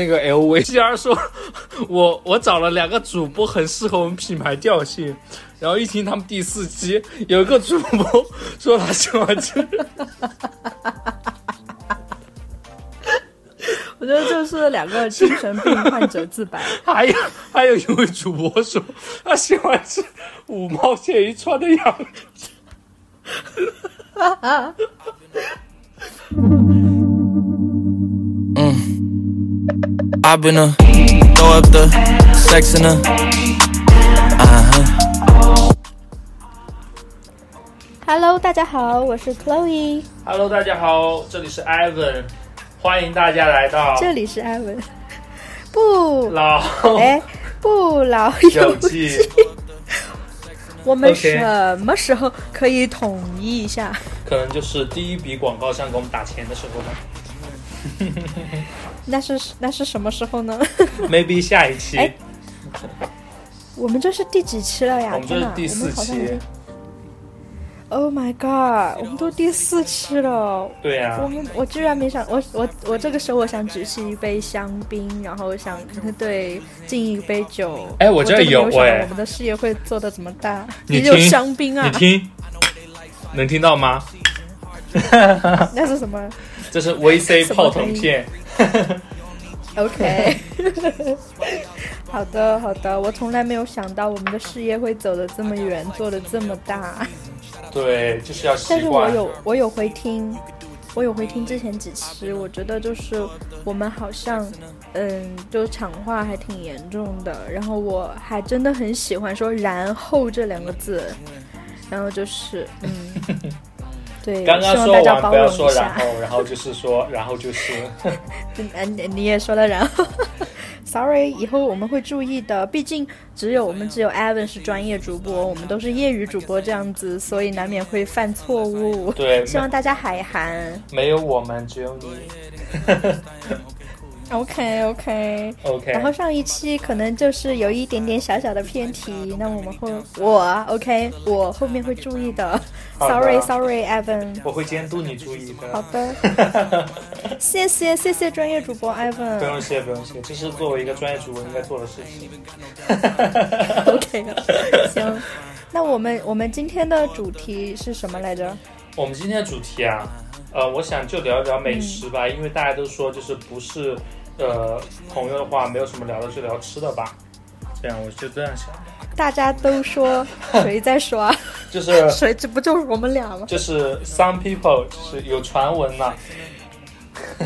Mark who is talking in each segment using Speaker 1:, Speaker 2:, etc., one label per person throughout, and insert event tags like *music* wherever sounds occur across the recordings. Speaker 1: 那个 LV，
Speaker 2: *laughs* 既然说我我找了两个主播很适合我们品牌调性，然后一听他们第四期有一个主播说他喜欢吃，
Speaker 3: 我觉得就是两个精神病患者自 *laughs* 白。
Speaker 2: 还有 *laughs* 还有一位主播说他喜欢吃五毛钱一串的
Speaker 4: *laughs*
Speaker 2: 羊肉。
Speaker 4: i 嗯 been a throw up the sex in a uh-huh.
Speaker 5: Hello，大家好，我是 Chloe，
Speaker 2: Hello，大家好，这里是 Ivan，欢迎大家来到
Speaker 5: 这里是艾文。不，
Speaker 2: 老
Speaker 5: 哎，不老
Speaker 2: 友
Speaker 5: 友
Speaker 2: 记
Speaker 5: 记，
Speaker 3: 我们
Speaker 2: OK
Speaker 3: 什么时候可以统一一下？
Speaker 2: 可能就是第一笔广告商给我们打钱的时候吧。
Speaker 3: 那是那是什么时候呢？
Speaker 2: Maybe 下一期，
Speaker 5: 哎 *laughs* 我们这是第几期了呀？
Speaker 2: 我们这
Speaker 5: 天
Speaker 2: 是
Speaker 5: 哪，
Speaker 2: 第
Speaker 5: 我
Speaker 2: 四
Speaker 5: 们好像已
Speaker 2: 期
Speaker 5: 经。Oh my god，我们都第四期了。
Speaker 2: 对呀、
Speaker 3: 我
Speaker 2: 啊，
Speaker 3: 们我居然没想，我我我这个时候我想举起一杯香槟，然后想对敬一杯酒。
Speaker 2: 哎我这
Speaker 3: 真的没
Speaker 2: 有
Speaker 3: 有想到
Speaker 2: 哎
Speaker 3: 我们的事业会做的这么大，
Speaker 2: 你
Speaker 3: 也有
Speaker 2: 听
Speaker 3: 香槟啊
Speaker 2: 你？听，能听到吗？
Speaker 3: 那是什么
Speaker 2: 这是 VC
Speaker 3: 什么
Speaker 2: 泡腾片，
Speaker 3: ？OK，好的好的，我从来没有想到我们的事业会走得这么远，做得这么大。
Speaker 2: 对，就是要
Speaker 3: 但
Speaker 2: 习
Speaker 3: 是我
Speaker 2: 惯。
Speaker 3: 有我有回听，我有回听之前几期，我觉得就是我们好像，嗯，就抢话还挺严重的。然后我还真的很喜欢说“然后”这两个字，然后就是，
Speaker 2: *laughs*
Speaker 3: 嗯，对，
Speaker 2: 刚刚
Speaker 3: 希望
Speaker 2: 说
Speaker 3: 大家
Speaker 2: 完
Speaker 3: 包
Speaker 2: 不要
Speaker 3: 容
Speaker 2: 说
Speaker 3: 一
Speaker 2: 然
Speaker 3: 下。
Speaker 2: 后，然后就是说，然后就是， *laughs*
Speaker 3: 嗯，你你也说了，然后 *laughs* ，sorry，以后我们会注意的。毕竟只有我们只有 Evan 是专业主播，我们都是业余主播这样子，所以难免会犯错误。
Speaker 2: 对
Speaker 3: 希望大家海涵。
Speaker 2: 没有我们，只有
Speaker 3: *laughs*
Speaker 2: 你。 *laughs*
Speaker 3: OK OK。
Speaker 2: OK，
Speaker 3: 然后上一期可能就是有一点点小小的偏题，那我们会 *laughs* 我 OK，我后面会注意的。
Speaker 2: 好的
Speaker 3: Sorry Sorry Evan。
Speaker 2: 我会监督你注意
Speaker 3: 好
Speaker 2: 的。
Speaker 3: 的，谢谢谢谢专业主播 Evan
Speaker 2: 不。用谢，不用谢，这是作为一个专业主播应该做的事
Speaker 3: *laughs*
Speaker 2: 情。
Speaker 3: OK，行。那我们我们今天的主题是什么来着？
Speaker 2: 我们今天的主题啊，呃，我想就聊一聊美食吧，因为大家都说就是不是呃朋友的话，没有什么聊的，就聊吃的吧。这样我就这样想，
Speaker 3: 大家都说谁
Speaker 2: *laughs*
Speaker 3: 在刷，
Speaker 2: 就是
Speaker 3: 谁这不就是我们俩吗
Speaker 2: 就是 some people 就是有传闻呐、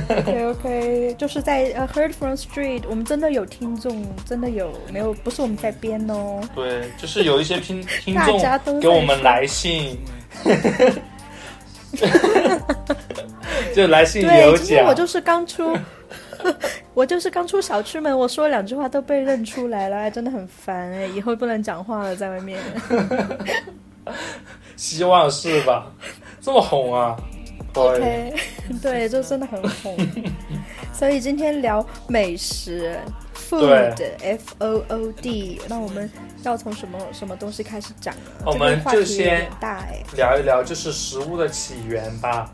Speaker 3: ？OK OK，就是在呃、Heard from Street，我们真的有听众，真的有没有？不是我们在编哦。
Speaker 2: 对，就是有一些听听
Speaker 3: 大家
Speaker 2: 众
Speaker 3: 都在
Speaker 2: 给我们来
Speaker 3: *laughs*
Speaker 2: 信， *laughs* 就来信有
Speaker 3: 对，今天
Speaker 2: 奖
Speaker 3: 我，就是
Speaker 2: *laughs*
Speaker 3: 刚出，我就是刚出小区门，我说两句话都被认出来了，哎真的很烦哎，以后不能讲话了，在外面。 *laughs*
Speaker 2: 希望是
Speaker 3: *laughs*
Speaker 2: 吧？这么红啊！对，
Speaker 3: OK，对，就真的很红。所以今天聊美食，food，f o o d。那我们要从什么什么东西开始讲呢？
Speaker 2: 我们
Speaker 3: 这个话
Speaker 2: 就
Speaker 3: 题有点
Speaker 2: 先
Speaker 3: 大哎，
Speaker 2: 聊一聊就是食物的起源
Speaker 3: *laughs*
Speaker 2: 吧。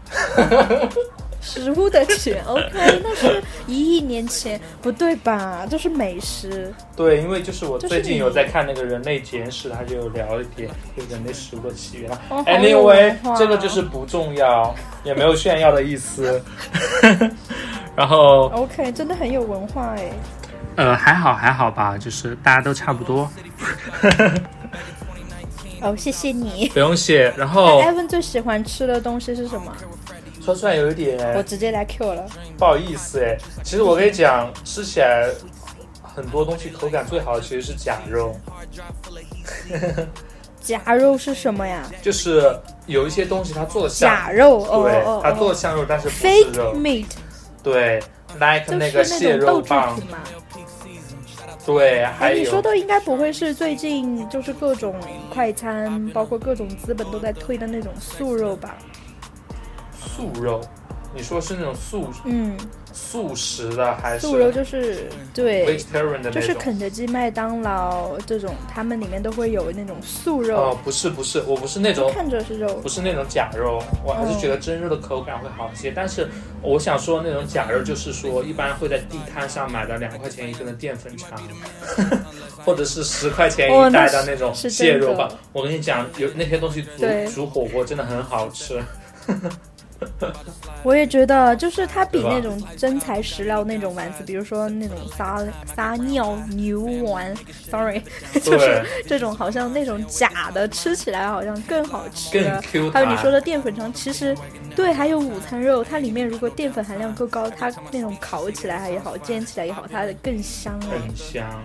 Speaker 3: 食物的起源 OK，那 *laughs* 是一亿年前，不对吧？就是美食。
Speaker 2: 对，因为就是我
Speaker 3: 就是
Speaker 2: 最近
Speaker 3: 你
Speaker 2: 有在看那个《人类简史》，他就有聊一点就人类食物的起源。
Speaker 3: 哦好有
Speaker 2: anyway，
Speaker 3: 文化
Speaker 2: 这个就是不重要，也没有炫耀的意
Speaker 3: *laughs*
Speaker 2: 思。然后
Speaker 3: OK，真的很有文化哎。
Speaker 2: 呃，还好还好吧，就是大家都差不
Speaker 3: *laughs*
Speaker 2: 多，
Speaker 3: 哦，谢谢你。
Speaker 2: 不用谢。然后
Speaker 3: Evan 最喜欢吃的东西是什么？
Speaker 2: 说出来有一
Speaker 3: 我
Speaker 2: 点
Speaker 3: 直接来 Q 了。
Speaker 2: 不好意思哎，其实我跟你讲，吃起来很多东西口感最好的其实是假肉，
Speaker 3: 夹肉是什么呀？
Speaker 2: 就是有一些东西它做的像，
Speaker 3: 假肉哦
Speaker 2: 对，
Speaker 3: 哦
Speaker 2: 它做
Speaker 3: 哦
Speaker 2: 的像肉，但是不是
Speaker 3: ，fake
Speaker 2: 肉。
Speaker 3: meat。
Speaker 2: 对，Nike 那个蟹
Speaker 3: 就是那种
Speaker 2: 肉
Speaker 3: 豆制
Speaker 2: 棒，
Speaker 3: 品嘛。
Speaker 2: 对，还
Speaker 3: 哎，你说
Speaker 2: 有
Speaker 3: 的应该不会是最近就是各种快餐，包括各种资本都在推的那种素肉吧？
Speaker 2: 素肉，你说是那种素
Speaker 3: 嗯，
Speaker 2: 素食的还是
Speaker 3: 素肉就是对，
Speaker 2: vegetarian 的那种？
Speaker 3: 就是肯德基、麦当劳这种，他们里面都会有那种素肉，
Speaker 2: 哦，不是不是，我不是那
Speaker 3: 就
Speaker 2: 种
Speaker 3: 看着是肉
Speaker 2: 不。是那种假肉，我还是觉得
Speaker 3: 哦
Speaker 2: 真肉的口感会好一些。但是我想说那种假肉，就是说一般会在地摊上买的两块钱一根的淀粉肠， *laughs* 或者是十块钱
Speaker 3: 哦
Speaker 2: 一
Speaker 3: 那
Speaker 2: 袋
Speaker 3: 是
Speaker 2: 的那种
Speaker 3: 是
Speaker 2: 蟹
Speaker 3: 真的
Speaker 2: 肉吧。我跟你讲，有那些东西煮
Speaker 3: 对
Speaker 2: 煮火锅真的很好吃。
Speaker 3: 我也觉得，就是它
Speaker 2: 对
Speaker 3: 比
Speaker 2: 吧
Speaker 3: 那种真材实料那种丸子，比如说那种撒撒尿牛丸，sorry，就是这种好像那种假的，吃起来好像更好吃。
Speaker 2: 更 Q
Speaker 3: 还有你说
Speaker 2: 弹。
Speaker 3: 的淀粉肠，其实对，还有午餐肉，它里面如果淀粉含量够高，它那种烤起来也好，煎起来也好，它的更香哎。
Speaker 2: 很香，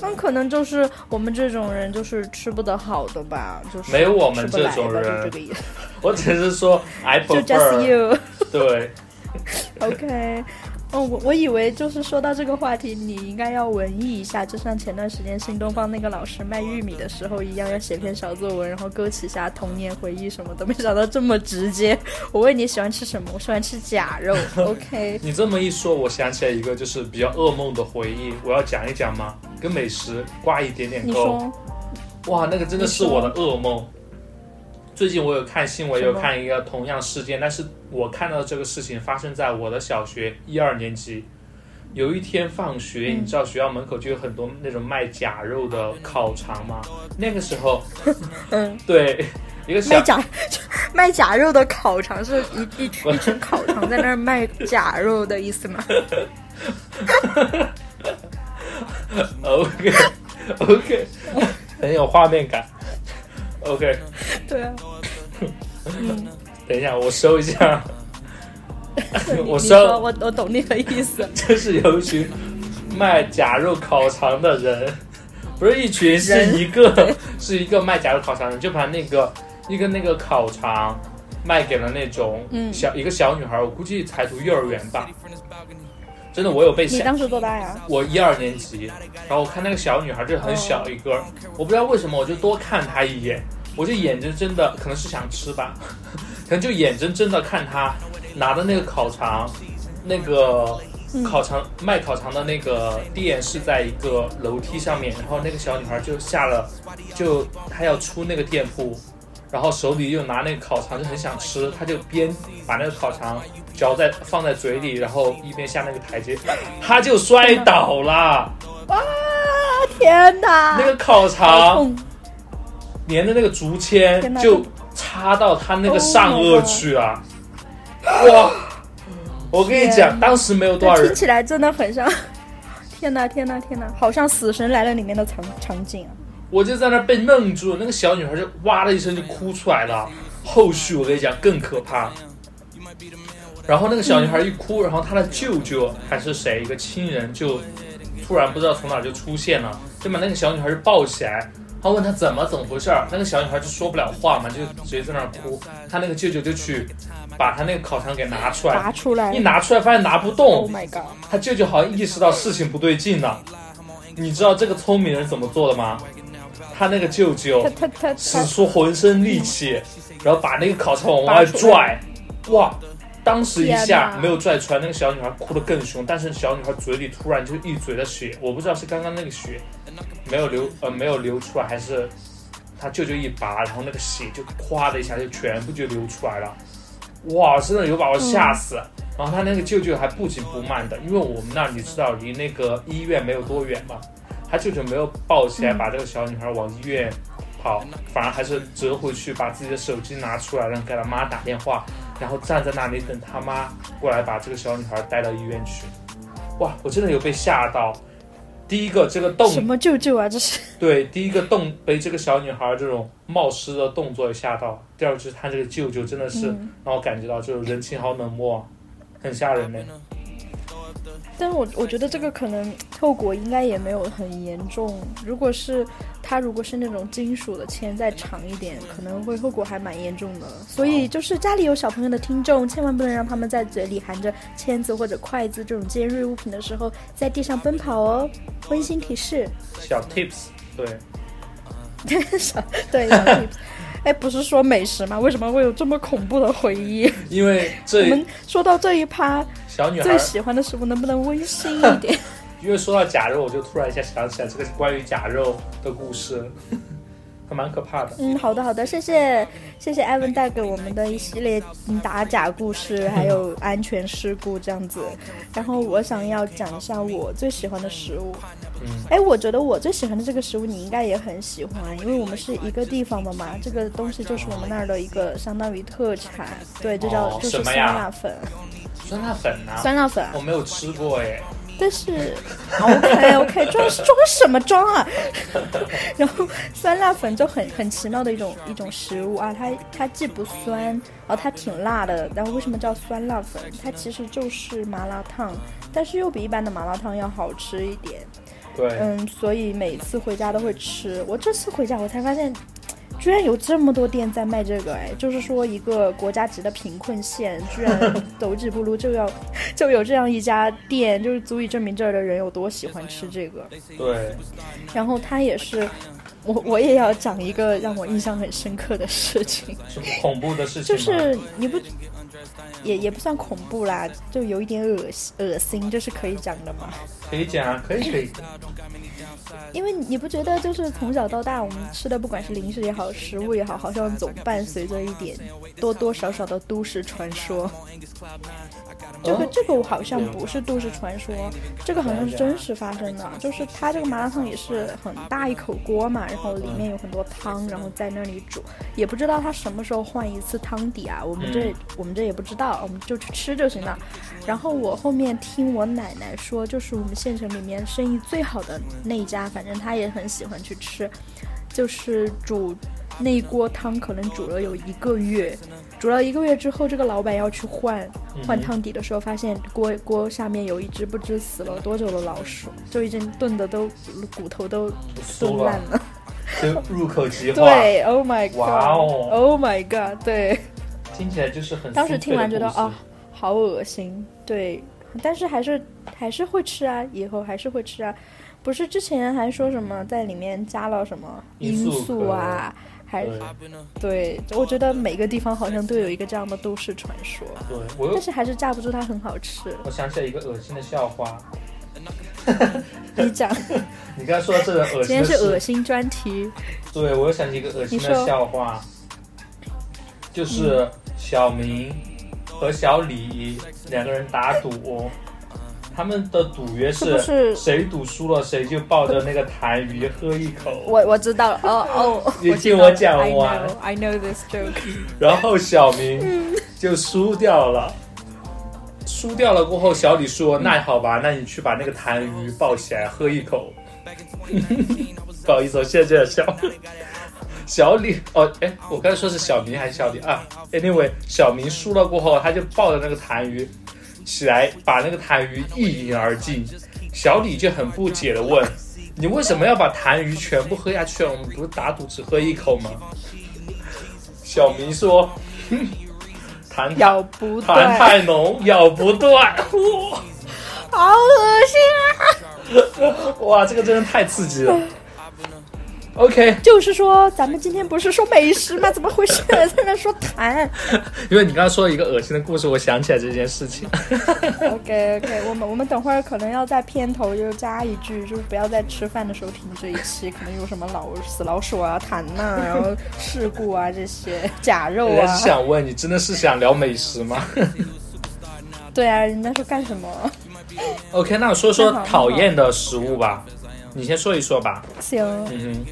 Speaker 3: 那可能就是我们这种人就是吃不得好的吧，就是
Speaker 2: 没有我们
Speaker 3: 吃不来
Speaker 2: 这种
Speaker 3: 吧就
Speaker 2: 人
Speaker 3: 这个意思，
Speaker 2: 我只是
Speaker 3: *laughs*
Speaker 2: 说 I
Speaker 3: 就 just
Speaker 2: prefer，
Speaker 3: you。
Speaker 2: 对，
Speaker 3: OK，哦，我我以为就是说到这个话题，你应该要文艺一下，就像前段时间新东方那个老师卖玉米的时候一样，要写篇小作文，然后勾起一下童年回忆什么的。没想到这么直接。我问你喜欢吃什么？我喜欢吃假 *laughs* 肉。OK，
Speaker 2: 你这么一说，我想起来一个就是比较噩梦的回忆，我要讲一讲吗？跟美食挂一点点
Speaker 3: 你
Speaker 2: 钩。
Speaker 3: 说
Speaker 2: 哇，那个真的是我的噩梦。最近我有看新闻，
Speaker 3: 什么
Speaker 2: 有看一个同样事件，但是我看到这个事情发生在我的小学一二年级。有一天放学，
Speaker 3: 嗯
Speaker 2: 你知道学校门口就有很多那种卖假肉的烤肠吗？那个时候，
Speaker 3: 嗯，
Speaker 2: 对， *laughs* 一个
Speaker 3: 卖
Speaker 2: 小
Speaker 3: 假 *laughs* 卖假肉的烤肠是一一一群烤肠在那儿卖假肉的意思吗？ *laughs*
Speaker 2: OK OK，很有画面感。OK，
Speaker 3: 对啊，
Speaker 2: 等一下，我收一下。
Speaker 3: *laughs* 你
Speaker 2: 我
Speaker 3: 你说
Speaker 2: 收，
Speaker 3: 我我懂你的意思。
Speaker 2: 这是有一群卖假肉烤肠的人，不是一群，是
Speaker 3: 人
Speaker 2: 一个，是一个卖假肉烤肠的人，就把那个一个那个烤肠卖给了那种
Speaker 3: 嗯
Speaker 2: 小、一个小女孩，我估计才读幼儿园吧。真的，我有被
Speaker 3: 你
Speaker 2: 吓
Speaker 3: 当时多大呀？
Speaker 2: 我一二年级，然后我看那个小女孩就很小一个，我不知道为什么我就多看她一眼，我就眼睁睁的，可能是想吃吧， *laughs* 可能就眼睁睁的看她拿的那个烤肠，那个烤肠、卖烤肠的那个店是在一个楼梯上面，然后那个小女孩就下了，就她要出那个店铺，然后手里又拿那个烤肠，就很想吃，她就边把那个烤肠嚼在放在嘴里，然后一边下那个台阶，她就摔倒
Speaker 3: 啊
Speaker 2: 了。
Speaker 3: 哇，天哪！
Speaker 2: 那个烤
Speaker 3: 好
Speaker 2: 肠
Speaker 3: 痛
Speaker 2: 连着那个竹签
Speaker 3: 天哪
Speaker 2: 就插到她那个上颚去了。哇！我跟你
Speaker 3: 天
Speaker 2: 讲，
Speaker 3: 哪
Speaker 2: 当时没有多
Speaker 3: 对，
Speaker 2: 少人
Speaker 3: 听，起来真的很像。 *laughs* 天呐天呐天呐，好像《死神来了》里面的场场景啊！
Speaker 2: 我就在那儿被愣住了。那个小女孩就哇的一声就哭出来了。后续我跟你讲更可怕。然后那个小女孩一哭，然后她的舅舅还是谁一个亲人就突然不知道从哪儿就出现了，就把那个小女孩就抱起来。他问她怎么怎么回事儿，那个小女孩就说不了话嘛，就直接在那儿哭。她那个舅舅就去把她那个烤肠给拿出
Speaker 3: 拔
Speaker 2: 来，
Speaker 3: 出来
Speaker 2: 一拿出来发现拿不动
Speaker 3: ，Oh，my god！
Speaker 2: 他舅舅好像意识到事情不对劲了。你知道这个聪明人怎么做的吗？他那个舅舅
Speaker 3: 他他他
Speaker 2: 使
Speaker 3: 他，
Speaker 2: 出浑身力气，然后把那个烤肠往外拽，哇！当时一
Speaker 3: 天
Speaker 2: 下
Speaker 3: 哪
Speaker 2: 没有拽出来，那个小女孩哭得更凶，但是小女孩嘴里突然就一嘴的血，我不知道是刚刚那个血没有流呃没有流出来，还是他舅舅一拔，然后那个血就咵的一下就全部就流出来了，哇！真的有把我吓死。然后他那个舅舅还不紧不慢的，因为我们那儿你知道离那个医院没有多远嘛，他舅舅没有抱起来把这个小女孩往医院跑，反而还是折回去，把自己的手机拿出来，然后给他妈打电话，然后站在那里等他妈过来把这个小女孩带到医院去。哇，我真的有被吓到。第一个，这个
Speaker 3: 什
Speaker 2: 动
Speaker 3: 么舅舅啊？这是
Speaker 2: 对，第一个动被这个小女孩这种冒失的动作吓到，第二个就是她这个舅舅真的是
Speaker 3: 嗯
Speaker 2: 让我感觉到就是人情好冷漠，很吓人呢。
Speaker 3: 但我我觉得这个可能后果应该也没有很严重。如果是它如果是那种金属的铅再长一点，可能会后果还蛮严重的。所以
Speaker 2: 哦
Speaker 3: 就是家里有小朋友的听众，千万不能让他们在嘴里含着签子或者筷子这种尖锐物品的时候在地上奔跑哦。温馨提示。
Speaker 2: 小 tips，对，
Speaker 3: *laughs*
Speaker 2: *laughs*
Speaker 3: 小对小 tips。哎，不是说美食吗？为什么会有这么恐怖的回忆？
Speaker 2: 因为
Speaker 3: 我
Speaker 2: 这
Speaker 3: 们说到这一趴，
Speaker 2: 小女孩
Speaker 3: 最，喜欢的食物能不能温馨一点？ *laughs*
Speaker 2: 因为说到假肉，我就突然一下想起来这个关于假肉的故事， *laughs* 还蛮可怕的。
Speaker 3: 嗯，好的好的，谢谢谢谢艾文带给我们的一系列嗯打假故事，还有安全事故这样子。然后我想要讲一下我最喜欢的食物。
Speaker 2: 嗯，
Speaker 3: 哎，我觉得我最喜欢的这个食物你应该也很喜欢，因为我们是一个地方的嘛，这个东西就是我们那儿的一个相当于特产，对，这叫、
Speaker 2: 哦
Speaker 3: 就是
Speaker 2: 什么
Speaker 3: 酸
Speaker 2: 呀
Speaker 3: 辣粉，
Speaker 2: 酸辣粉呐、
Speaker 3: 酸辣粉。
Speaker 2: 我没有吃过哎，
Speaker 3: 但是 OK OK 装装什么装啊？ *laughs* 然后酸辣粉就很很奇妙的一种一种食物啊，它它既不酸，然后它挺辣的，然后为什么叫酸辣粉？它其实就是麻辣烫，但是又比一般的麻辣烫要好吃一点。
Speaker 2: 对，
Speaker 3: 嗯，所以每次回家都会吃。我这次回家我才发现，居然有这么多店在卖这个，哎，就是说一个国家级的贫困县，
Speaker 2: *laughs*
Speaker 3: 居然走几步路就要就有这样一家店，就是足以证明这儿的人有多喜欢吃这个。
Speaker 2: 对，
Speaker 3: 然后它也是，我我也要讲一个让我印象很深刻的事情，
Speaker 2: 什么恐怖的事情
Speaker 3: 就
Speaker 2: 吗？
Speaker 3: 是你不也也不算恐怖啦，就有一点恶心恶心，这是可以讲的吗？
Speaker 2: 可以讲啊，可以可以，
Speaker 3: 因为你不觉得就是从小到大，我们吃的不管是零食也好，食物也好，好像总伴随着一点多多少少的都市传说。这个
Speaker 2: 哦
Speaker 3: 这个我好像不是都市传说，这个好像是真实发生的。就是它这个麻辣烫也是很大一口锅嘛，然后里面有很多汤，然后在那里煮，也不知道它什么时候换一次汤底啊。我们这、
Speaker 2: 嗯
Speaker 3: 我们这也不知道，我们就去吃就行了。然后我后面听我奶奶说，就是我们县城里面生意最好的那一家，反正她也很喜欢去吃，就是煮那一锅汤，可能煮了有一个月，煮了一个月之后，这个老板要去换
Speaker 2: 嗯
Speaker 3: 哎换汤底的时候，发现锅锅下面有一只不知死了多久的老鼠，就已经炖的都骨头都炖
Speaker 2: 酥
Speaker 3: 烂
Speaker 2: 嗯 *laughs* 了，
Speaker 3: 了。
Speaker 2: 就入口即化，
Speaker 3: 对，Oh my
Speaker 2: 哇哦
Speaker 3: God，Oh my God，对。
Speaker 2: 听起来就是很酥脆的故事。
Speaker 3: 当时听完觉得啊、好恶心，对，但是还是还是会吃啊，以后还是会吃啊。不是之前还说什么在里面加了什么
Speaker 2: 罂
Speaker 3: 罂
Speaker 2: 粟
Speaker 3: 粟啊，还
Speaker 2: 对
Speaker 3: 对，我觉得每个地方好像都有一个这样的都市传说，
Speaker 2: 对，我又
Speaker 3: 但是还是架不住它很好
Speaker 2: *laughs*
Speaker 3: 吃。
Speaker 2: 我想起来一个恶心的笑话，
Speaker 3: 你讲，
Speaker 2: 你刚才说到这个恶
Speaker 3: 今
Speaker 2: 心的
Speaker 3: 天
Speaker 2: 事，
Speaker 3: 是恶心专题，
Speaker 2: 对我又想起一个恶心
Speaker 3: 你
Speaker 2: 的
Speaker 3: 说
Speaker 2: 笑话，就是小明和小李两个人打赌，他们的赌约
Speaker 3: 是不是
Speaker 2: 谁赌输了谁就抱着那个痰盂喝一口，
Speaker 3: 我我知道了，哦哦，
Speaker 2: *laughs* 你
Speaker 3: 我
Speaker 2: 听
Speaker 3: 知
Speaker 2: 我
Speaker 3: 道
Speaker 2: 讲
Speaker 3: 了，I
Speaker 2: 完
Speaker 3: know I know this joke，
Speaker 2: 然后小
Speaker 3: 嗯
Speaker 2: 明就输掉了。输掉了过后，小李说：“那好吧，那你去把那个痰盂抱起来喝一口。” *laughs* 不好意思，我现在就在笑。 *laughs* 小李哦，哎，我刚才说是小明还是小李啊？Anyway，小明输了过后，他就抱着那个痰盂起来，把那个痰盂一饮而尽。小李就很不解的问：“你为什么要把痰盂全部喝下去啊？我们不是打赌只喝一口吗？”小明说：“ *laughs* 哼，痰太
Speaker 3: 咬不
Speaker 2: 痰
Speaker 3: 断，
Speaker 2: 太浓，咬不断。哇
Speaker 3: 好恶心啊！
Speaker 2: 哇，这个真的太刺激了。OK，
Speaker 3: 就是说，咱们今天不是说美食吗？怎么回事？在那说 *laughs* 痰。
Speaker 2: 因为你刚刚说了一个恶心的故事，我想起来这件事情。
Speaker 3: OK OK，我们我们等会儿可能要在片头又加一句，就是不要在吃饭的时候听这一期，可能有什么老死老鼠啊、痰呐、然后事故啊这些
Speaker 2: *laughs*
Speaker 3: 假肉
Speaker 2: 人家
Speaker 3: 啊
Speaker 2: 是。想问你，真的是想聊美食吗
Speaker 3: 对啊，人家说干什么？
Speaker 2: ？OK，那我说说
Speaker 3: 很好很好
Speaker 2: 讨厌的食物吧，你先说一说吧。
Speaker 3: 行，
Speaker 2: 嗯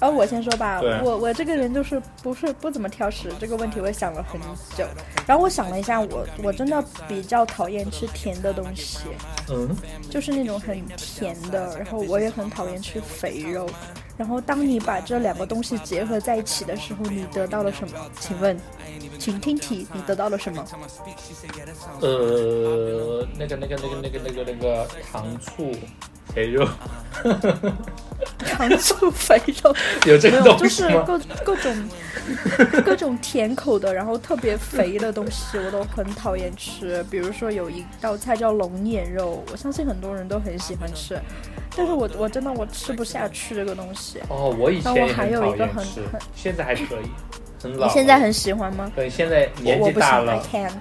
Speaker 3: 呃、我先说吧
Speaker 2: 对，
Speaker 3: 我我这个人就是不是不怎么挑食，这个问题我也想了很久，然后我想了一下，我我真的比较讨厌吃甜的东西。
Speaker 2: 哼，嗯，
Speaker 3: 就是那种很甜的，然后我也很讨厌吃肥肉。然后当你把这两个东西结合在一起的时候，你得到了什么？请问，请听题，你得到
Speaker 2: *laughs*
Speaker 3: 了什么？
Speaker 2: 呃，那个那个那个那个那个那个糖醋哎肥肉，
Speaker 3: 糖醋肥肉，
Speaker 2: 有这
Speaker 3: 没
Speaker 2: 个
Speaker 3: 有，
Speaker 2: 东
Speaker 3: *laughs* 就
Speaker 2: 西
Speaker 3: 是
Speaker 2: 吗？
Speaker 3: 各各种各种甜口的，然后特别肥的东西，我都很讨厌吃。比如说有一道菜叫龙眼肉，我相信很多人都很喜欢吃，但是我我真的我吃不下去这个东西。
Speaker 2: 哦，我以前
Speaker 3: 那我
Speaker 2: 也
Speaker 3: 还
Speaker 2: 很
Speaker 3: 有一
Speaker 2: 讨
Speaker 3: 个
Speaker 2: 厌
Speaker 3: 很
Speaker 2: 吃
Speaker 3: 很，
Speaker 2: 现在还可以。很
Speaker 3: 你
Speaker 2: 老。
Speaker 3: 现在很喜欢吗？
Speaker 2: 对，现在
Speaker 3: 我
Speaker 2: 年
Speaker 3: 我
Speaker 2: 纪
Speaker 3: 不行
Speaker 2: 大
Speaker 3: ，I
Speaker 2: 了，
Speaker 3: can't。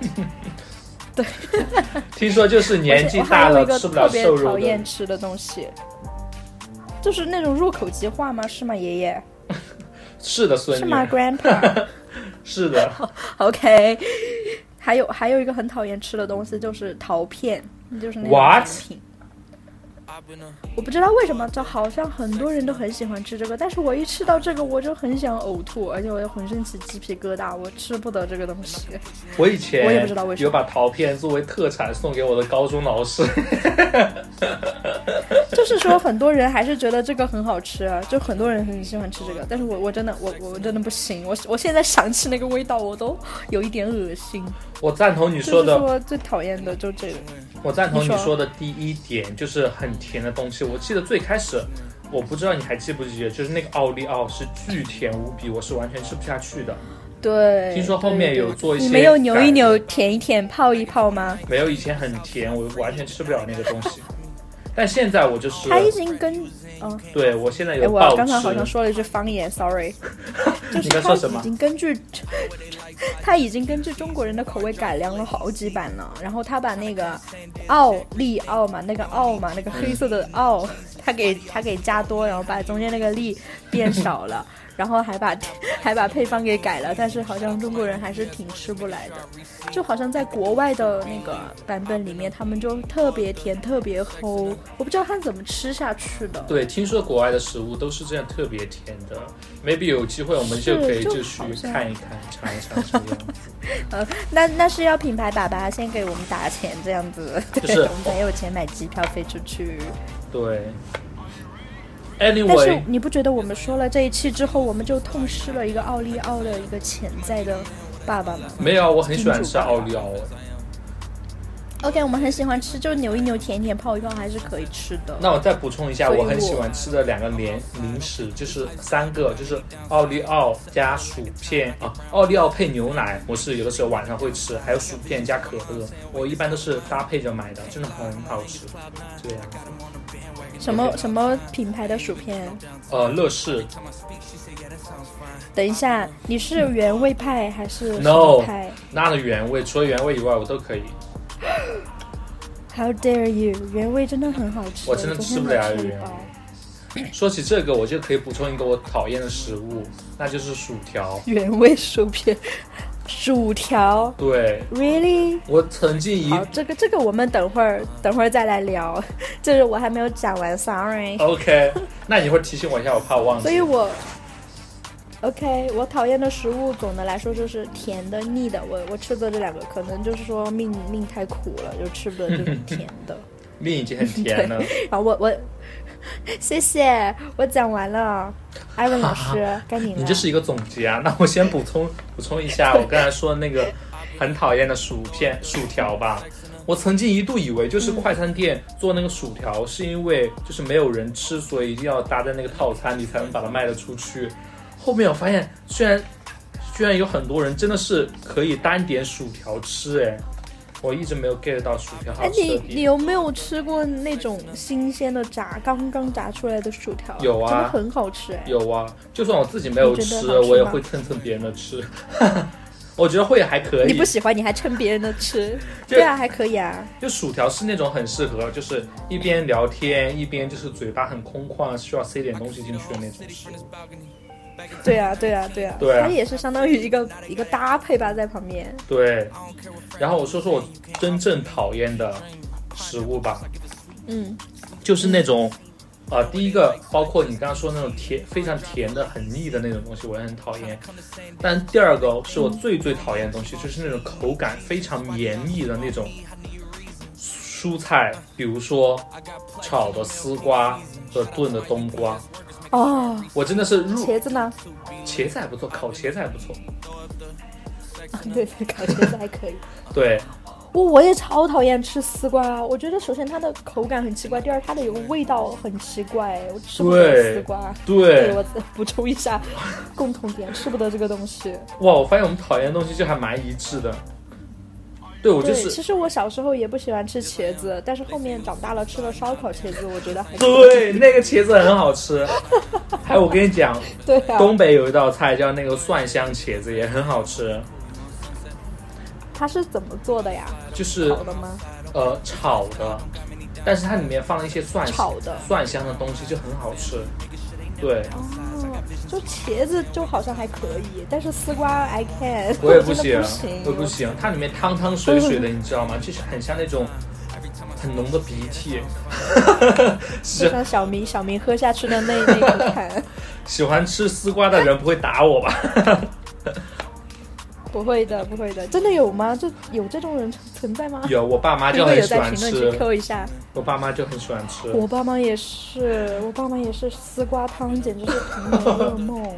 Speaker 2: 听说就是年纪
Speaker 3: 我还
Speaker 2: 大
Speaker 3: 有
Speaker 2: 了
Speaker 3: 一个
Speaker 2: 吃不
Speaker 3: 特
Speaker 2: 了
Speaker 3: 别
Speaker 2: 瘦
Speaker 3: 讨
Speaker 2: 肉的
Speaker 3: 厌。吃的东西，就是那种入口即化吗？是吗，爷爷？
Speaker 2: 是的，孙
Speaker 3: 是
Speaker 2: 女，
Speaker 3: 吗，grandpa
Speaker 2: *laughs* 是
Speaker 3: *laughs*
Speaker 2: 的，
Speaker 3: ？OK。还有还有一个很讨厌吃的东西就是桃片，就是那种
Speaker 2: What？
Speaker 3: 甜品。我不知道为什么，就好像很多人都很喜欢吃这个，但是我一吃到这个我就很想呕吐，而且我又浑身起鸡皮疙瘩，我吃不得这个东西。
Speaker 2: 我以
Speaker 3: 我也不
Speaker 2: 前
Speaker 3: 知道为什么
Speaker 2: 有把桃片作为特产送给我的高中老师。 *laughs*
Speaker 3: 就是说，很多人还是觉得这个很好吃啊，就很多人很喜欢吃这个，但是我我真的我我真的不行，我我现在想起那个味道，我都有一点恶心。
Speaker 2: 我赞同你
Speaker 3: 就
Speaker 2: 说
Speaker 3: 是
Speaker 2: 的，
Speaker 3: 说最讨厌的就这个，
Speaker 2: 我赞同
Speaker 3: 你
Speaker 2: 你
Speaker 3: 说
Speaker 2: 说的第一点，就是很甜的东西。我记得最开始，我不知道你还记不记得，就是那个奥利奥是巨甜无比，我是完全吃不下去的。
Speaker 3: 对。
Speaker 2: 听说后面有做一些，
Speaker 3: 你没有扭一扭、，舔一舔、泡一泡吗？
Speaker 2: 没有以前很甜，我完全吃不了那个东西。但现在我就是，
Speaker 3: 它已经跟嗯，
Speaker 2: 对我现在
Speaker 3: 哎，
Speaker 2: 有
Speaker 3: 我
Speaker 2: 暴
Speaker 3: 刚才好像
Speaker 2: 吃。
Speaker 3: 说了一句方言，sorry，就是
Speaker 2: 你在
Speaker 3: 它
Speaker 2: 说什
Speaker 3: 已
Speaker 2: 么？
Speaker 3: 经根据，它已经根据中国人的口味改良了好几版了。然后他把那个奥利奥嘛，那个奥嘛，那个黑色
Speaker 2: 嗯
Speaker 3: 的奥，他给他给加多，然后把中间那个利变少了，然后还把 *laughs* 还把配方给改了。但是好像中国人还是挺吃不来的，就好像在国外的那个版本里面，他们就特别甜，特别齁，我不知道他怎么吃下去的。
Speaker 2: 对，听说国外的食物都是这样特别甜的。maybe 有机会我们就可以
Speaker 3: 是就
Speaker 2: 就去
Speaker 3: 好像
Speaker 2: 看一看、尝一尝这个样子。
Speaker 3: 呃，那那是要品牌爸爸先给我们打钱这样子，对，
Speaker 2: 就是
Speaker 3: *laughs* 我们才有钱买机票飞出去。
Speaker 2: 对。
Speaker 3: 但是
Speaker 2: Anyway，
Speaker 3: 你不觉得我们说了这一期之后，我们就痛失了一个奥利奥的一个潜在的爸爸吗
Speaker 2: 没有，啊我很喜欢吃奥利奥。
Speaker 3: ？OK，我们很喜欢吃，就扭一扭、舔一舔、泡一泡还是可以吃的。
Speaker 2: 那我再补充一下，
Speaker 3: 所以
Speaker 2: 我
Speaker 3: 我
Speaker 2: 很喜欢吃的两个零零食，就是三个，就是奥利奥加薯片啊，奥利奥配牛奶，我是有的时候晚上会吃，还有薯片加可乐，我一般都是搭配着买的，真的很好吃。这样，
Speaker 3: 什么什么品牌的薯片？
Speaker 2: 呃，乐事
Speaker 3: 等一下，你是原味派还是什
Speaker 2: No
Speaker 3: 么派
Speaker 2: 那的原味，除了原味以外，我都可以。
Speaker 3: ？How dare you！原味真的很好吃，
Speaker 2: 我真的
Speaker 3: 昨
Speaker 2: 吃
Speaker 3: 天
Speaker 2: 不
Speaker 3: 才
Speaker 2: 了
Speaker 3: 吃一
Speaker 2: 原味
Speaker 3: 包
Speaker 2: 说起这个，我就可以补充一个我讨厌的食物，那就是薯条。
Speaker 3: 原味薯片，薯条
Speaker 2: 对
Speaker 3: ，really？
Speaker 2: 我曾经一
Speaker 3: 好，这个这个我们等会儿等会儿再来聊，就是我还没有讲完，sorry。
Speaker 2: 哦 OK，那你会提醒我一下，我怕我忘记。
Speaker 3: 所以我，OK，我讨厌的食物总的来说就是甜的、腻的。我我吃的这两个，可能就是说命命太苦了，就吃不得
Speaker 2: *laughs*
Speaker 3: 就是甜的。
Speaker 2: 命已经很甜了。
Speaker 3: 然后我我，谢谢，我讲完了，艾
Speaker 2: *laughs*
Speaker 3: 文老师该你了。
Speaker 2: 你这是一个总结啊！ *laughs* 那我先补充补充一
Speaker 3: *laughs*
Speaker 2: 下，我刚才说那个很讨厌的薯片、薯条吧。我曾经一度以为，
Speaker 3: 嗯
Speaker 2: 就是快餐店做那个薯条，是因为就是没有人吃，所以一定要搭在那个套餐里才能把它卖得出去。后面我发现，居然居然有很多人真的是可以单点薯条吃，哎，我一直没有 get 到薯条好
Speaker 3: 哎，
Speaker 2: 吃的
Speaker 3: 你你
Speaker 2: 地方。
Speaker 3: 有没有吃过那种新鲜的炸刚刚炸出来的薯条？
Speaker 2: 有啊
Speaker 3: 真的很好吃哎。
Speaker 2: 有啊，就算我自己没有
Speaker 3: 你觉得
Speaker 2: 吃，
Speaker 3: 好吃
Speaker 2: 我也
Speaker 3: 吗
Speaker 2: 会蹭蹭别人的吃。 *laughs* 我觉得会还可以。
Speaker 3: 你不喜欢，你还趁别人的吃，
Speaker 2: *laughs* 就
Speaker 3: 对啊，还可以啊。
Speaker 2: 就薯条是那种很适合，就是一边聊天一边就是嘴巴很空旷，需要塞点东西进去的那种食物。
Speaker 3: 对啊，对啊，对啊，
Speaker 2: 对啊
Speaker 3: 它也是相当于一个一个搭配吧，在旁边。
Speaker 2: 对，然后我说说我真正讨厌的食物吧，
Speaker 3: 嗯，
Speaker 2: 就是那种，呃，第一个包括你刚刚说那种甜非常甜的很腻的那种东西，我也很讨厌。但第二个是我最最讨厌的东西，就是那种口感非常绵密的那种蔬菜，比如说炒的丝瓜和炖的冬瓜，
Speaker 3: 哦，
Speaker 2: 我真的是入
Speaker 3: 茄子呢？ *laughs*
Speaker 2: 茄子还不错，
Speaker 3: 啊
Speaker 2: 烤茄子还不错。
Speaker 3: 对对，烤茄子还可以。
Speaker 2: 对，
Speaker 3: 我我也超讨厌吃丝瓜，啊我觉得首先它的口感很奇怪，第二它的有个味道很奇怪，我吃不得
Speaker 2: 对
Speaker 3: 丝瓜。
Speaker 2: 对，
Speaker 3: 我再补充一下， *laughs* 共同点吃不得这个东西。
Speaker 2: 哇，我发现我们讨厌的东西就还蛮一致的。对我就
Speaker 3: 对，
Speaker 2: 是
Speaker 3: 其实我小时候也不喜欢吃茄子，但是后面长大了吃了烧烤茄子，我觉得还 *laughs*
Speaker 2: 对，那个茄子很好吃。还有我跟你
Speaker 3: *laughs*
Speaker 2: 讲，
Speaker 3: 对啊，
Speaker 2: 东北有一道菜叫那个蒜香茄子，也很好吃，
Speaker 3: 它是怎么做的呀？
Speaker 2: 就是
Speaker 3: 炒的吗？
Speaker 2: 呃炒的，但是它里面放了一些蒜
Speaker 3: 炒的
Speaker 2: 蒜香的东西，就很好吃。对，
Speaker 3: 哦，就茄子就好像还可以，但是丝瓜 I can，
Speaker 2: *laughs* 我也不
Speaker 3: 真的
Speaker 2: 行，
Speaker 3: 不行，
Speaker 2: 我也不行，它里面汤汤水水的，你知道吗？就是很像那种很浓的鼻涕，
Speaker 3: 就是像小明小明喝下去的
Speaker 2: *laughs*
Speaker 3: 那那个看，
Speaker 2: 喜欢吃丝瓜的人不会打我
Speaker 3: *laughs*
Speaker 2: 吧？
Speaker 3: 不会的，不会的，真的有吗？就有这种人存存在吗？
Speaker 2: 有，我爸妈
Speaker 3: 如
Speaker 2: 就
Speaker 3: 果
Speaker 2: 很
Speaker 3: 有
Speaker 2: 喜
Speaker 3: 在
Speaker 2: 欢
Speaker 3: 评论
Speaker 2: 吃
Speaker 3: 区，扣一下，
Speaker 2: 我爸妈就很喜欢吃。
Speaker 3: 我爸妈也是，我爸妈也是丝瓜汤，简直是童年噩梦。我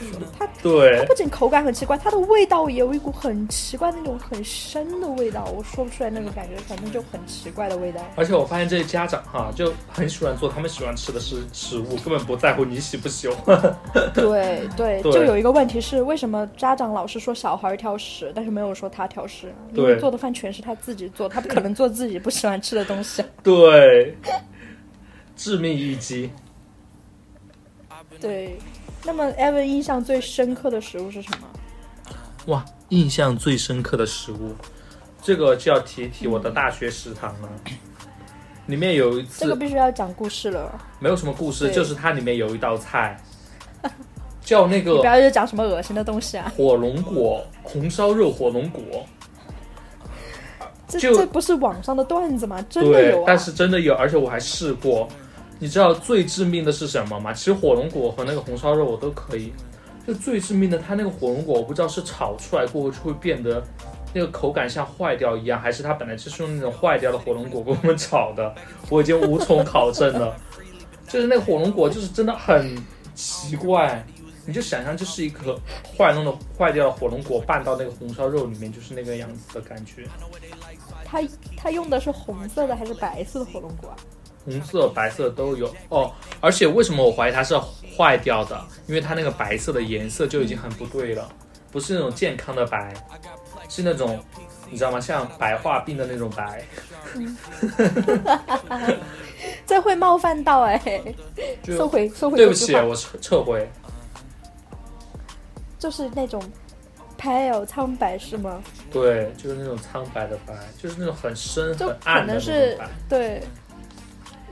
Speaker 3: 跟你
Speaker 2: *laughs*
Speaker 3: 说它
Speaker 2: 对
Speaker 3: 它，不仅口感很奇怪，它的味道也有一股很奇怪的那种很深的味道，我说不出来那种感觉，反正就很奇怪的味道。
Speaker 2: 而且我发现这些家长哈、就很喜欢做他们喜欢吃的食食物，根本不在乎你喜不喜欢。 *laughs*
Speaker 3: 对对，
Speaker 2: 对
Speaker 3: 就有一个问题是，为什么家长老是说小孩挑食，但是没有说他挑食？因为
Speaker 2: 对
Speaker 3: 做的饭全是他自己做，他不可能做自己不喜欢吃的
Speaker 2: *laughs*
Speaker 3: 东西。
Speaker 2: 对，致命一击。
Speaker 3: 对，那么 Evan 印象最深刻的食物是什么？
Speaker 2: 哇，印象最深刻的食物，这个就要提一提我的大学食堂了。里面有一次、
Speaker 3: 这个必须要讲故事了，
Speaker 2: 没有什么故事，
Speaker 3: 对
Speaker 2: 就是它里面有一道菜叫那
Speaker 3: 你
Speaker 2: 个
Speaker 3: 不要又讲什么恶心的东西啊！
Speaker 2: 火龙果，红烧肉火龙果。
Speaker 3: 这
Speaker 2: 就
Speaker 3: 这不是网上的段子吗？真的
Speaker 2: 对，
Speaker 3: 有啊！
Speaker 2: 但是真的有，而且我还试过。你知道最致命的是什么吗？其实火龙果和那个红烧肉我都可以，就最致命的，它那个火龙果我不知道是炒出来过后就会变得那个口感像坏掉一样，还是它本来就是用那种坏掉的火龙果给我们炒的， *laughs* 我已经无从考证了。就是那个火龙果就是真的很奇怪，你就想象就是一颗坏弄的坏掉的火龙果拌到那个红烧肉里面，就是那个样子的感觉，
Speaker 3: 他他用的是红色的还是白色的火龙果啊？
Speaker 2: 红色、白色都有哦。而且为什么我怀疑它是坏掉的？因为它那个白色的颜色就已经很不对了，不是那种健康的白，是那种你知道吗？像白化病的那种白。
Speaker 3: 这会冒犯到哎、
Speaker 2: 就
Speaker 3: 收回收回
Speaker 2: 对不
Speaker 3: 这
Speaker 2: 起，啊
Speaker 3: 句话
Speaker 2: 我撤撤回。
Speaker 3: 就是那种 pale 苍白是吗？
Speaker 2: 对，就是那种苍白的白，就是那种很深
Speaker 3: 就
Speaker 2: 很
Speaker 3: 可
Speaker 2: 暗的
Speaker 3: 能
Speaker 2: 那
Speaker 3: 是
Speaker 2: 种白。
Speaker 3: 对，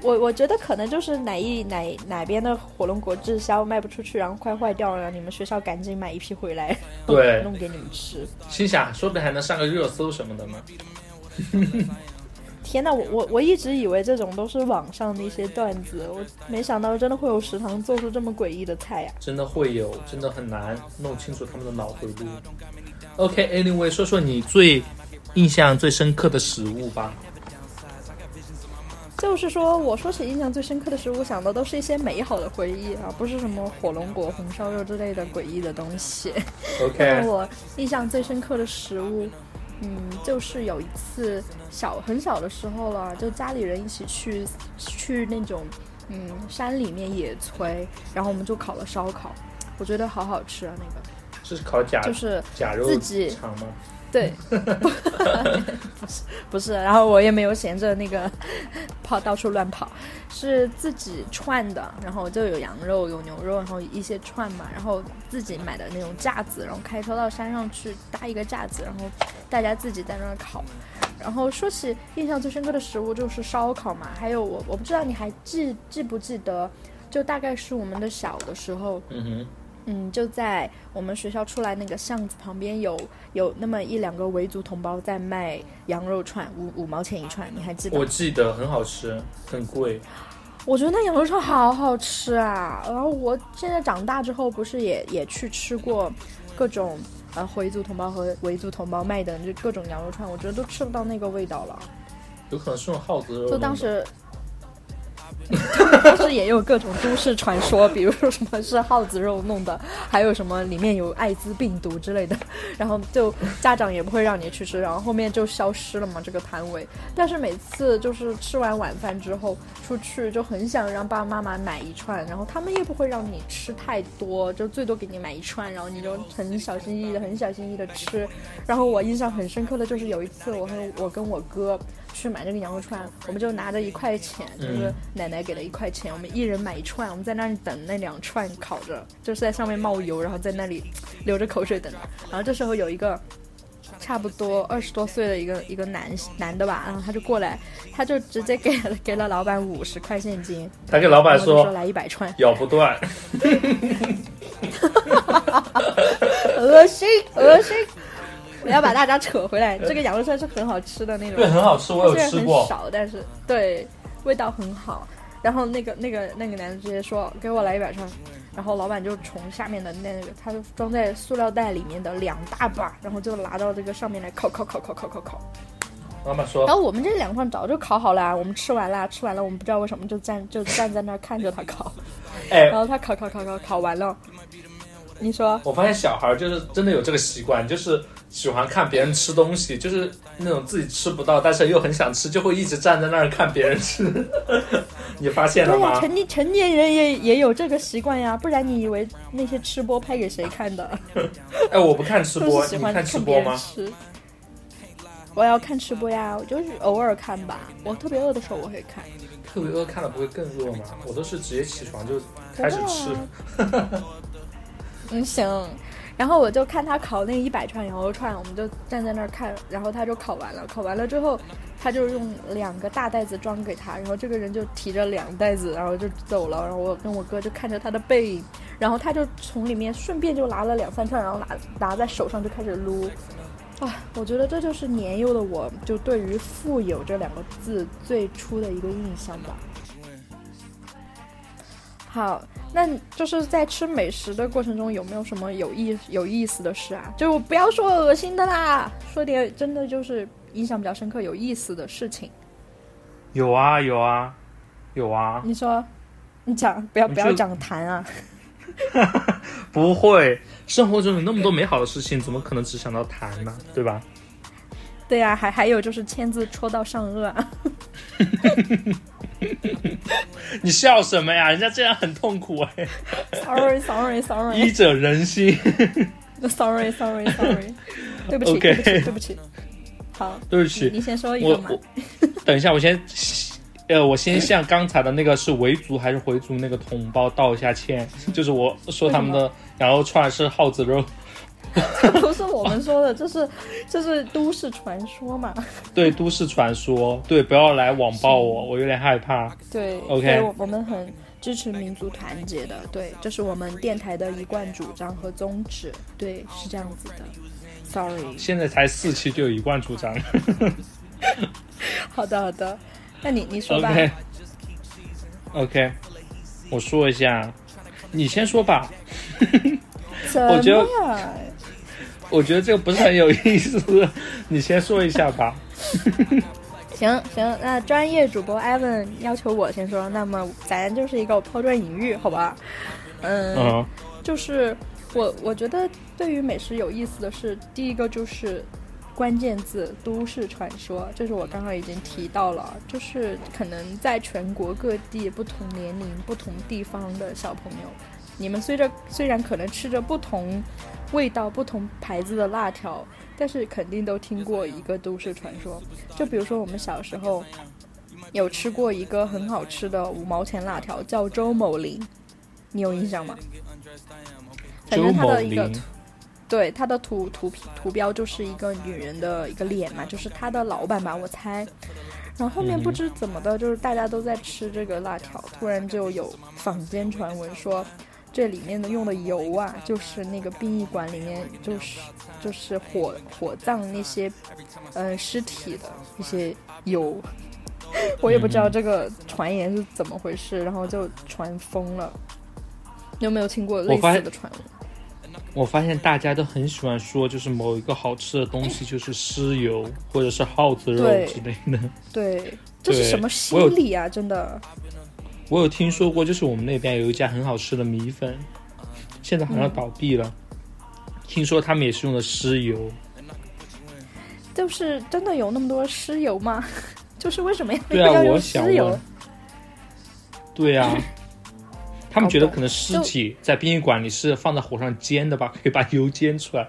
Speaker 3: 我我觉得可能就是哪一哪哪边的火龙果滞销卖不出去，然后快坏掉了，你们学校赶紧买一批回来，
Speaker 2: 对
Speaker 3: 弄给你们吃。
Speaker 2: 心想，说不定还能上个热搜什么的呢。
Speaker 3: 天呐，我我我一直以为这种都是网上的一些段子，我没想到真的会有食堂做出这么诡异的菜啊呀、
Speaker 2: 真的会有，真的很难弄清楚他们的脑回路。OK，Anyway，、说说你最印象最深刻的食物吧。
Speaker 3: 就是说，我说起印象最深刻的食物，想的都是一些美好的回忆啊，不是什么火龙果、红烧肉之类的诡异的东西。让
Speaker 2: OK，
Speaker 3: 我印象最深刻的食物，嗯，就是有一次小很小的时候了，就家里人一起去去那种嗯山里面野炊，然后我们就烤了烧烤，我觉得好好吃啊，那个
Speaker 2: 这是烤甲、
Speaker 3: 就是
Speaker 2: 甲肉
Speaker 3: 自己
Speaker 2: 肠吗？
Speaker 3: 对，不是，然后我也没有闲着那个跑到处乱跑，是自己串的，然后就有羊肉、有牛肉，然后一些串嘛，然后自己买的那种架子，然后开车到山上去搭一个架子，然后大家自己在那儿烤。然后说起印象最深刻的食物就是烧烤嘛，还有我我不知道你还记记不记得，就大概是我们的小的时候，
Speaker 2: 嗯哼，
Speaker 3: 嗯，就在我们学校出来那个巷子旁边有有那么一两个维族同胞在卖羊肉串，五五毛钱一串，你还记得吗？
Speaker 2: 我记得很好吃，很贵。
Speaker 3: 我觉得那羊肉串好好吃啊！然后我现在长大之后，不是也也去吃过各种呃回族同胞和维族同胞卖的就各种羊肉串，我觉得都吃不到那个味道了。
Speaker 2: 有可能是用耗子肉弄
Speaker 3: 就
Speaker 2: 的。
Speaker 3: 当时，当时也有各种都市传说，比如说什么是耗子肉弄的，还有什么里面有艾滋病毒之类的，然后就家长也不会让你去吃，然后后面就消失了嘛这个摊位。但是每次就是吃完晚饭之后出去，就很想让爸爸妈妈买一串，然后他们也不会让你吃太多，就最多给你买一串，然后你就很小心翼翼的、很小心翼翼的吃。然后我印象很深刻的就是有一次我和我跟我哥去买这个羊肉串，我们就拿着一块钱，就是
Speaker 2: 嗯
Speaker 3: 奶奶给了一块钱，我们一人买一串，我们在那里等那两串烤着，就是在上面冒油，然后在那里流着口水等。然后这时候有一个差不多二十多岁的一个一个男男的吧，然后他就过来，他就直接给了给了老板五十块现金，
Speaker 2: 他跟老
Speaker 3: 然
Speaker 2: 板
Speaker 3: 后就
Speaker 2: 说
Speaker 3: 说来一百串，
Speaker 2: 咬不
Speaker 3: *laughs*
Speaker 2: 断，
Speaker 3: 恶心恶心。我要把大家扯回来，这个羊肉串是很好吃的那种
Speaker 2: 对，，很好吃，我有
Speaker 3: 虽然
Speaker 2: 吃
Speaker 3: 很
Speaker 2: 过。
Speaker 3: 少，但是对味道很好。然后那个那个那个男的直接说给我来一百串，然后老板就从下面的那个，他就装在塑料袋里面的两大把，然后就拿到这个上面来烤烤烤烤烤烤烤。
Speaker 2: 老板说
Speaker 3: 然后我们这两串早就烤好啦，我们吃完啦，吃完了我们不知道为什么就站就站在那儿看着他烤，：“
Speaker 2: *laughs* 哎
Speaker 3: 然，后他烤烤烤烤烤完了，你说
Speaker 2: 我发现小孩儿就是真的有这个习惯，就是喜欢看别人吃东西，就是那种自己吃不到，但是又很想吃，就会一直站在那儿看别人吃。 *laughs* 你发现了
Speaker 3: 对呀，
Speaker 2: 吗？
Speaker 3: 成年成年人也也有这个习惯呀，不然你以为那些吃播拍给谁看的？
Speaker 2: 哎，我不看吃
Speaker 3: *laughs* 就
Speaker 2: 播，
Speaker 3: 是喜
Speaker 2: 你
Speaker 3: 欢
Speaker 2: 看吃
Speaker 3: 别
Speaker 2: 播
Speaker 3: 人
Speaker 2: 吗？
Speaker 3: 吃。我要看吃播呀，我就是偶尔看吧。我特别饿的时候我会看。
Speaker 2: 特别饿，看了不会更饿吗？我都是直接起床就开始吃。
Speaker 3: 嗯，行。然后我就看他烤那一百串羊肉串，我们就站在那儿看，然后他就烤完了，烤完了之后，他就用两个大袋子装给他，然后这个人就提着两袋子，然后就走了，然后我跟我哥就看着他的背影，然后他就从里面顺便就拿了两三串，然后拿拿在手上就开始撸，啊，我觉得这就是年幼的我就对于“富有”这两个字最初的一个印象吧。好，那就是在吃美食的过程中，有没有什么有意有意思的事啊？就不要说恶心的啦，说点真的就是印象比较深刻、有意思的事情。
Speaker 2: 有啊有啊有啊，
Speaker 3: 你说，你讲，不要
Speaker 2: 你
Speaker 3: 不要
Speaker 2: 就
Speaker 3: 讲痰啊！
Speaker 2: 不会，生活中有那么多美好的事情，怎么可能只想到谈呢？对吧？
Speaker 3: 对呀、还还有就是签字戳到上颚啊！
Speaker 2: *laughs* 你笑什么呀？人家这样很痛苦
Speaker 3: *laughs*
Speaker 2: 哎，
Speaker 3: sorry sorry
Speaker 2: 医
Speaker 3: sorry
Speaker 2: 者仁心。
Speaker 3: *laughs* sorry sorry
Speaker 2: *laughs*
Speaker 3: sorry，对不起
Speaker 2: OK
Speaker 3: 对不起对不起。好，
Speaker 2: 对不起
Speaker 3: 你，你先说一
Speaker 2: 我
Speaker 3: 个嘛。
Speaker 2: 我等一下，我先，呃，我先向刚才的那个是维族还是回族那个同胞道一下
Speaker 3: *laughs*
Speaker 2: 歉，就是我说他们的羊肉串是耗子肉，
Speaker 3: *laughs* 不是我们说的，这是这是都市传说嘛？
Speaker 2: 对，
Speaker 3: *laughs*
Speaker 2: 都市传说，对，不要来网暴我，我有点害怕。
Speaker 3: 对
Speaker 2: OK
Speaker 3: 对，我我们很支持民族团结的，对，这是我们电台的一贯主张和宗旨，对，是这样子的。Sorry，
Speaker 2: 现在才四期就有一贯主张
Speaker 3: 好的好的，那你你说吧。
Speaker 2: ，OK，OK，、OK，我说一下，你先说吧。
Speaker 3: 怎
Speaker 2: 我觉得
Speaker 3: 么呀
Speaker 2: 我觉得这个不是很有意思，你先说一下吧。
Speaker 3: 行行，那专业主播 Evan 要求我先说，那么咱就是一个抛砖引玉，好吧？
Speaker 2: 嗯，
Speaker 3: 就是我我觉得对于美食有意思的是，第一个就是关键字“都市传说”，就是我刚刚已经提到了，就是可能在全国各地不同年龄、不同地方的小朋友，你们虽着虽然可能吃着不同味道、不同牌子的辣条，但是肯定都听过一个都市传说，就比如说我们小时候。有吃过一个很好吃的五毛钱辣条，叫周某林，你有印象吗？反
Speaker 2: 周
Speaker 3: 正它
Speaker 2: 某
Speaker 3: 的一个
Speaker 2: 林，
Speaker 3: 对它的图图片图标就是一个女人的一个脸嘛，就是它的老板吧，我猜。然后后面
Speaker 2: 嗯
Speaker 3: 不知怎么的，就是大家都在吃这个辣条，突然就有坊间传闻说，这里面的用的油啊，就是那个殡仪馆里面就是就是火火葬那些呃尸体的一些油。 *laughs* 我也不知道这个传言是怎么回事，然后就传疯了。你有没有听过类
Speaker 2: 我发
Speaker 3: 似
Speaker 2: 现
Speaker 3: 的传闻？
Speaker 2: 我发现大家都很喜欢说，就是某一个好吃的东西就是尸油或者是耗子肉
Speaker 3: 对 *laughs*
Speaker 2: 之类的。
Speaker 3: 对，这是
Speaker 2: 对
Speaker 3: 什么心
Speaker 2: 我有
Speaker 3: 理啊？真的，
Speaker 2: 我有听说过，就是我们那边有一家很好吃的米粉，现在好像倒闭了。听说他们也是用的尸油，
Speaker 3: 就是真的有那么多尸油吗？ *laughs* 就是为什么要
Speaker 2: 对啊，
Speaker 3: 要
Speaker 2: 我
Speaker 3: 用
Speaker 2: 想
Speaker 3: 尸油
Speaker 2: 问？，对
Speaker 3: *laughs*
Speaker 2: 啊，他们觉得
Speaker 3: 搞不懂
Speaker 2: 可能尸体在殡仪馆里是放在火上煎的吧，可以把油煎出来。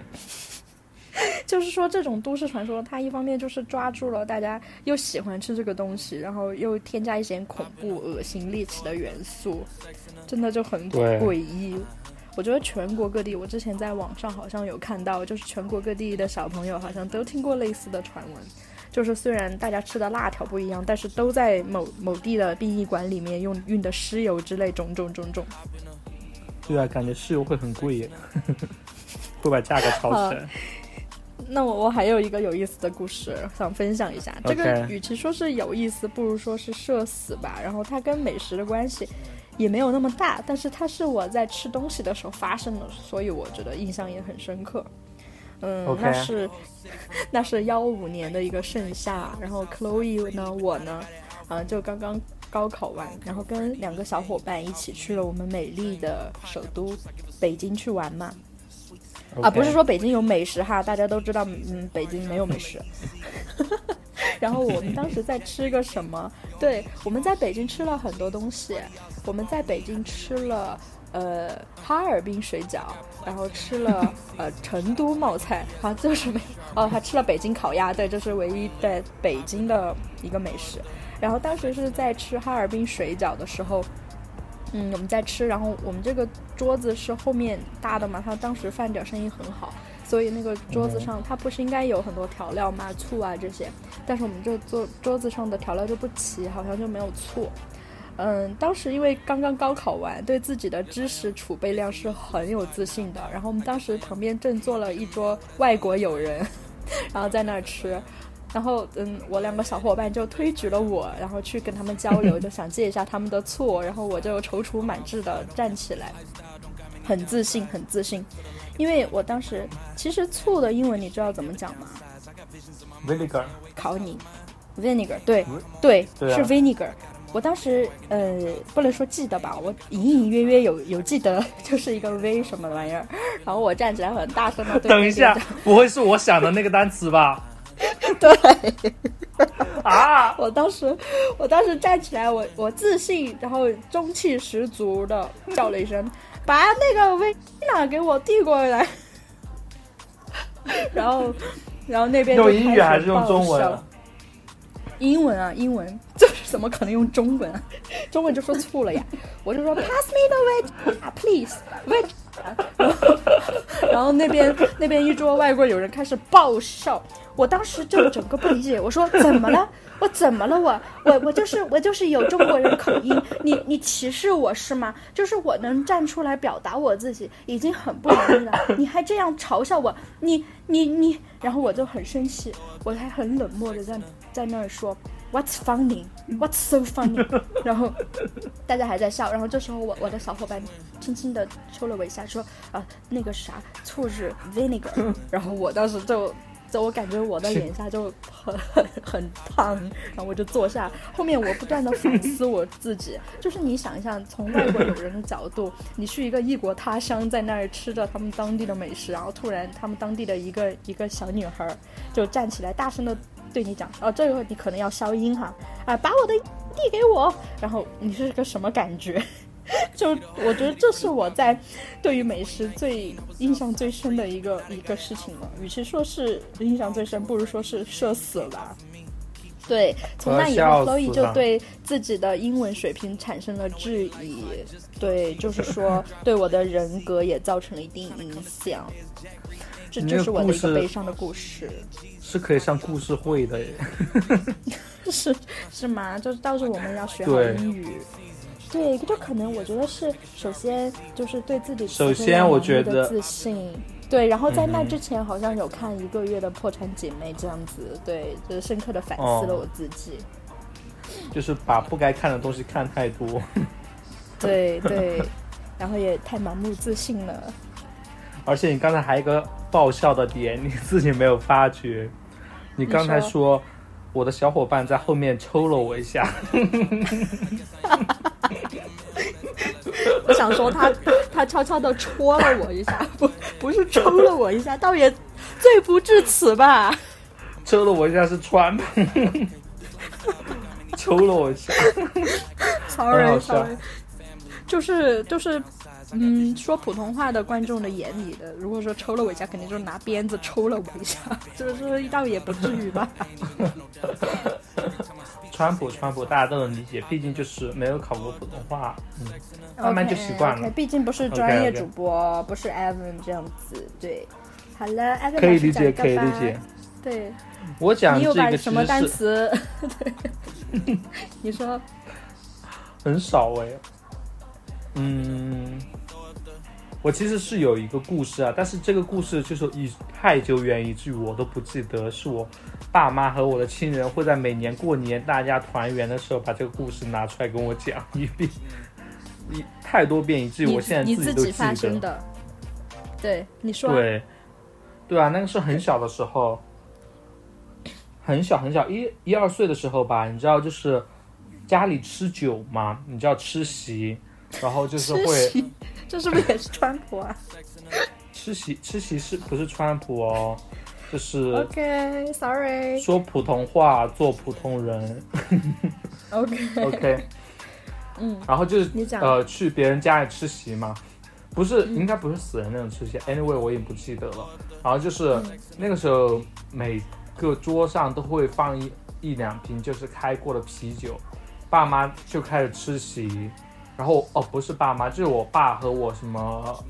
Speaker 3: *laughs* 就是说这种都市传说，它一方面就是抓住了大家又喜欢吃这个东西，然后又添加一些恐怖、恶心、猎奇的元素，真的就很
Speaker 2: 对
Speaker 3: 诡异。我觉得全国各地，我之前在网上好像有看到，就是全国各地的小朋友好像都听过类似的传闻。就是虽然大家吃的辣条不一样，但是都在某某地的殡仪馆里面用运的尸油之类种种种种。
Speaker 2: 对啊，感觉尸油会很贵耶， *laughs* 会把价格炒起来。
Speaker 3: 那我我还有一个有意思的故事想分享一下，这
Speaker 2: OK
Speaker 3: 个与其说是有意思，不如说是社死吧。然后它跟美食的关系也没有那么大，但是它是我在吃东西的时候发生的，所以我觉得印象也很深刻。嗯
Speaker 2: OK
Speaker 3: 那是那是幺五年的一个盛夏，然后 Chloe 呢，我呢，啊、就刚刚高考完，然后跟两个小伙伴一起去了我们美丽的首都北京去玩嘛。 *laughs* 啊，不是说北京有美食哈，大家都知道，嗯，北京没有美食。 *laughs* 然后我们当时在吃个什么？对，我们在北京吃了很多东西，我们在北京吃了。呃，哈尔滨水饺，然后吃了呃成都冒菜，啊，就是没 *laughs* 哦，还吃了北京烤鸭，对，这是唯一在北京的一个美食。然后当时是在吃哈尔滨水饺的时候，嗯，我们在吃，然后我们这个桌子是后面搭的嘛，他当时饭点生意很好，所以那个桌子上它不是应该有很多调料嘛，醋啊这些，但是我们这桌桌子上的调料就不齐，好像就没有醋。嗯，当时因为刚刚高考完，对自己的知识储备量是很有自信的。然后我们当时旁边正坐了一桌外国友人， *laughs* 然后在那儿吃。然后，嗯，我两个小伙伴就推举了我，然后去跟他们交流，就想借一下他们的醋，然后我就踌躇满志的站起来，很自信，很自信，因为我当时其实醋的英文你知道怎么讲吗？
Speaker 2: vinegar，
Speaker 3: 考你，vinegar，对对，
Speaker 2: 对啊
Speaker 3: 是 vinegar。我当时呃，不能说记得吧，我隐隐约约有有记得， *laughs* 就是一个 V 什么玩意儿。然后我站起来很大声的对
Speaker 2: 等一下
Speaker 3: 那个，
Speaker 2: 不会是我想的那个单词吧？
Speaker 3: *laughs* 对，
Speaker 2: 啊，
Speaker 3: 我当时我当时站起来，我我自信，然后中气十足的叫了一声，把那个 V 娜给我递过来。 *laughs* 然后，然后那边就
Speaker 2: 用英语
Speaker 3: 开始
Speaker 2: 还是用
Speaker 3: 爆
Speaker 2: 中文啊
Speaker 3: 笑？英文啊，英文， *laughs* 这怎么可能用中文啊？中文就说醋了呀，我就说 pass me the *laughs* veg 啊，please veg 啊。 *laughs* 然后 *laughs* 然后那边那边一桌外国友人开始爆笑，我当时就整个不理解，我说怎么了？我怎么了？我我我就是我就是有中国人口音，你你歧视我是吗？就是我能站出来表达我自己已经很不容易了，你还这样嘲笑我，你你你，然后我就很生气，我还很冷漠的在在那儿说。What's funny? What's so funny? 然后大家还在笑，然后这时候我我的小伙伴轻轻的抽了我一下，说啊那个啥醋是 vinegar，然后我当时就就我感觉我的脸颊就很很很烫，然后我就坐下。后面我不断的反思我自己，就是你想一下，从外国友人的角度，你去一个异国他乡，在那儿吃着他们当地的美食，然后突然他们当地的一个一个小女孩儿就站起来大声的对你讲，哦，这个你可能要消音哈，啊，把我的递给我，然后你是个什么感觉？ *laughs* 就我觉得这是我在对于美食最印象最深的一个一个事情了。与其说是印象最深，不如说是社死了吧。对，从那以后
Speaker 2: 我要笑死
Speaker 3: ，Chloe
Speaker 2: 了
Speaker 3: 就对自己的英文水平产生了质疑，对，就是 *laughs* 说对我的人格也造成了一定影响。这
Speaker 2: 你那个
Speaker 3: 就是我的一
Speaker 2: 故
Speaker 3: 个
Speaker 2: 事
Speaker 3: 悲伤的故事，
Speaker 2: 是可以上故事会的耶。
Speaker 3: *laughs* 是是吗？就是到时候我们要学好
Speaker 2: 对
Speaker 3: 英语。对，就可能我觉得是，首先就是对自己词
Speaker 2: 首
Speaker 3: 汇
Speaker 2: 先
Speaker 3: 量
Speaker 2: 我
Speaker 3: 能力
Speaker 2: 觉
Speaker 3: 的
Speaker 2: 得嗯
Speaker 3: 自信，对，然后在那之前好像有看一个月的《破产姐妹》这样子，对，就是深刻的反思了
Speaker 2: 哦
Speaker 3: 我自己。
Speaker 2: 就是把不该看的东西看太多。
Speaker 3: 对
Speaker 2: *laughs*
Speaker 3: 对，然后也太盲目自信了。
Speaker 2: 而且你刚才还有一个爆笑的点，你自己没有发觉。你刚才说我的小伙伴在后面抽了我一下，
Speaker 3: 我想说他他悄悄的戳了我一下，不不是抽了我一下，倒也罪不至此吧。
Speaker 2: 抽了我一下是川， *laughs* 抽了我一下，很好笑
Speaker 3: Sorry Sorry，就是就是，嗯，说普通话的观众的眼里的，如果说抽了我一下，肯定就是拿鞭子抽了我一下， *laughs* 就是倒也不至于吧。
Speaker 2: 川普川普大家都能理解，毕竟就是没有考过普通话，嗯， *laughs* 慢慢就习惯
Speaker 3: o
Speaker 2: 了
Speaker 3: k 毕竟不是
Speaker 2: OK，OK
Speaker 3: 专业主播不是 Evan 这样子。对，好了，Evan
Speaker 2: 可以
Speaker 3: 老师
Speaker 2: 理解
Speaker 3: 讲
Speaker 2: 可
Speaker 3: 一
Speaker 2: 以
Speaker 3: 个
Speaker 2: 理
Speaker 3: 吧
Speaker 2: 解。。
Speaker 3: 对，
Speaker 2: 我讲
Speaker 3: 你
Speaker 2: 这
Speaker 3: 有把
Speaker 2: 个其
Speaker 3: 什么单
Speaker 2: 实是
Speaker 3: 词？ *laughs* 对你
Speaker 2: *laughs*
Speaker 3: 说
Speaker 2: 很少哎、嗯，我其实是有一个故事啊，但是这个故事就是以太久远以至于我都不记得，是我爸妈和我的亲人会在每年过年大家团圆的时候把这个故事拿出来跟我讲一遍， *laughs* 一太多遍以至于
Speaker 3: 你
Speaker 2: 我现在
Speaker 3: 你
Speaker 2: 己
Speaker 3: 自
Speaker 2: 都
Speaker 3: 己
Speaker 2: 记
Speaker 3: 发生
Speaker 2: 得。
Speaker 3: 的。对，你说啊
Speaker 2: 对，对啊，那个是很小的时候，很小很小，一一二岁的时候吧，你知道就是家里吃酒嘛，你知道吃席，然后就是
Speaker 3: 吃
Speaker 2: 会
Speaker 3: 席，这是不是也是川普啊
Speaker 2: 吃席吃席是不是川普哦？就是
Speaker 3: ？OK，Sorry。
Speaker 2: 说普通话，做普通人
Speaker 3: OK，
Speaker 2: ，OK。
Speaker 3: *laughs* 嗯，
Speaker 2: 然后就是
Speaker 3: 你讲嗯
Speaker 2: 呃去别人家里吃席嘛，不是、应该不是死人那种吃席，anyway 我也不记得了。然后就是、
Speaker 3: 嗯
Speaker 2: 那个时候每个桌上都会放一一两瓶就是开过的啤酒，爸妈就开始吃席，然后哦不是爸妈，就是我爸和我什么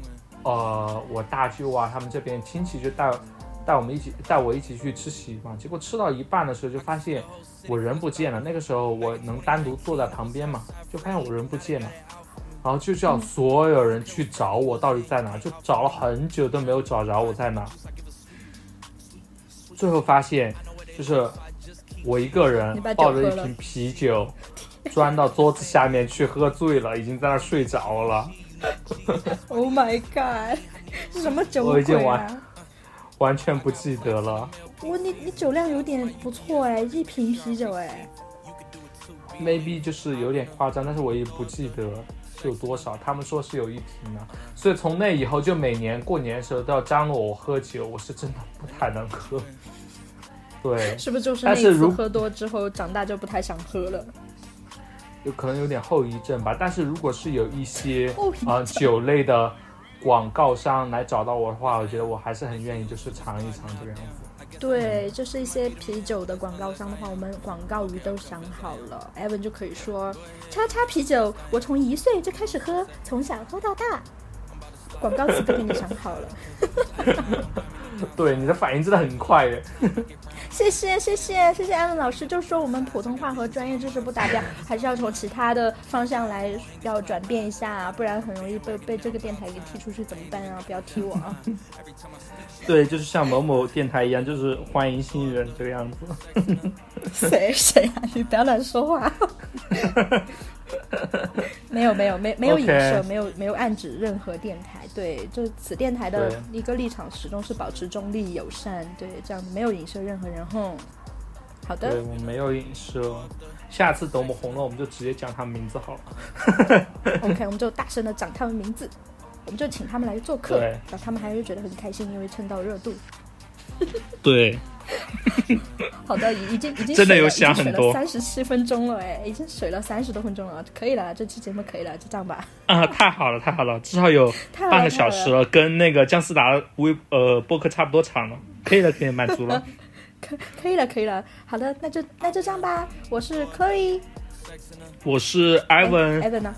Speaker 2: 呃我大舅啊他们这边亲戚就带。带我们一起带我一起去吃席嘛，结果吃到一半的时候就发现我人不见了。那个时候我能单独坐在旁边嘛，就发现我人不见了，然后就叫所有人去找我到底在哪，就找了很久都没有找着我在哪。最后发现，就是我一个人
Speaker 3: 你把酒
Speaker 2: 抱着一
Speaker 3: 喝了
Speaker 2: 瓶啤酒， *laughs* 钻到桌子下面去喝醉了，已经在那儿睡着了。
Speaker 3: Oh my *laughs* God，是什么酒
Speaker 2: 我已经
Speaker 3: 鬼
Speaker 2: 完
Speaker 3: 啊？
Speaker 2: 完全不记得了，
Speaker 3: 我你你酒量有点不错哎，一瓶啤酒哎。
Speaker 2: maybe 就是有点夸张，但是我也不记得是有多少。他们说是有一瓶呢、所以从那以后就每年过年的时候都要张罗我喝酒，我是真的不太能喝。对，
Speaker 3: 是不是就是那
Speaker 2: 但
Speaker 3: 一
Speaker 2: 是
Speaker 3: 次
Speaker 2: 如
Speaker 3: 喝多之后，长大就不太想喝了？
Speaker 2: 有可能有点后遗症吧。但是如果是有一些
Speaker 3: 后遗症
Speaker 2: 啊、呃酒类的广告商来找到我的话，我觉得我还是很愿意就是尝一尝这个样子。
Speaker 3: 对，就是一些啤酒的广告商的话，我们广告语都想好了，Evan 就可以说“叉叉啤酒，我从一岁就开始喝，从小喝到大”，广告词都给你想好了。
Speaker 2: 对，你的反应真的很快耶。
Speaker 3: 谢谢谢谢谢谢 Evan 老师，就说我们普通话和专业知识不达标，还是要从其他的方向来要转变一下、啊，不然很容易被被这个电台给踢出去，怎么办啊？不要踢我啊！
Speaker 2: 对，就是像某某电台一样，就是欢迎新人这个样子。
Speaker 3: 谁谁啊？你不要乱说话。没有没有没没有
Speaker 2: OK
Speaker 3: 影射没有没有暗指任何电台，对，就此电台的
Speaker 2: 对
Speaker 3: 一个立场始终是保持中立友善，对，这样子没有影射任何人。哼，好
Speaker 2: 对
Speaker 3: 的，
Speaker 2: 我没有影射，下次等我们红了，我们就直接讲他们名字好了。
Speaker 3: ，OK，我们就大声的讲他们名字，我们就请他们来做客，
Speaker 2: 对
Speaker 3: 然后他们还会觉得很开心，因为蹭到热度。
Speaker 2: 对，
Speaker 3: *laughs* 好的，已已经已经
Speaker 2: 真的有想很多
Speaker 3: 三十七分钟了，哎，已经水了三十多分钟了，可以了，这期节目可以了，就这样吧。
Speaker 2: 啊、太好了，太好了，至少有
Speaker 3: 太好了
Speaker 2: *laughs* 半个小时了，跟那个姜思达微呃播客差不多长了，可以了，可以了满
Speaker 3: *laughs*
Speaker 2: 足了。
Speaker 3: 可可以了，可以了，好的，那就那就这样吧。我是 Chloe，
Speaker 2: 我是
Speaker 3: 哎
Speaker 2: Ivan，Ivan
Speaker 3: Evan 呢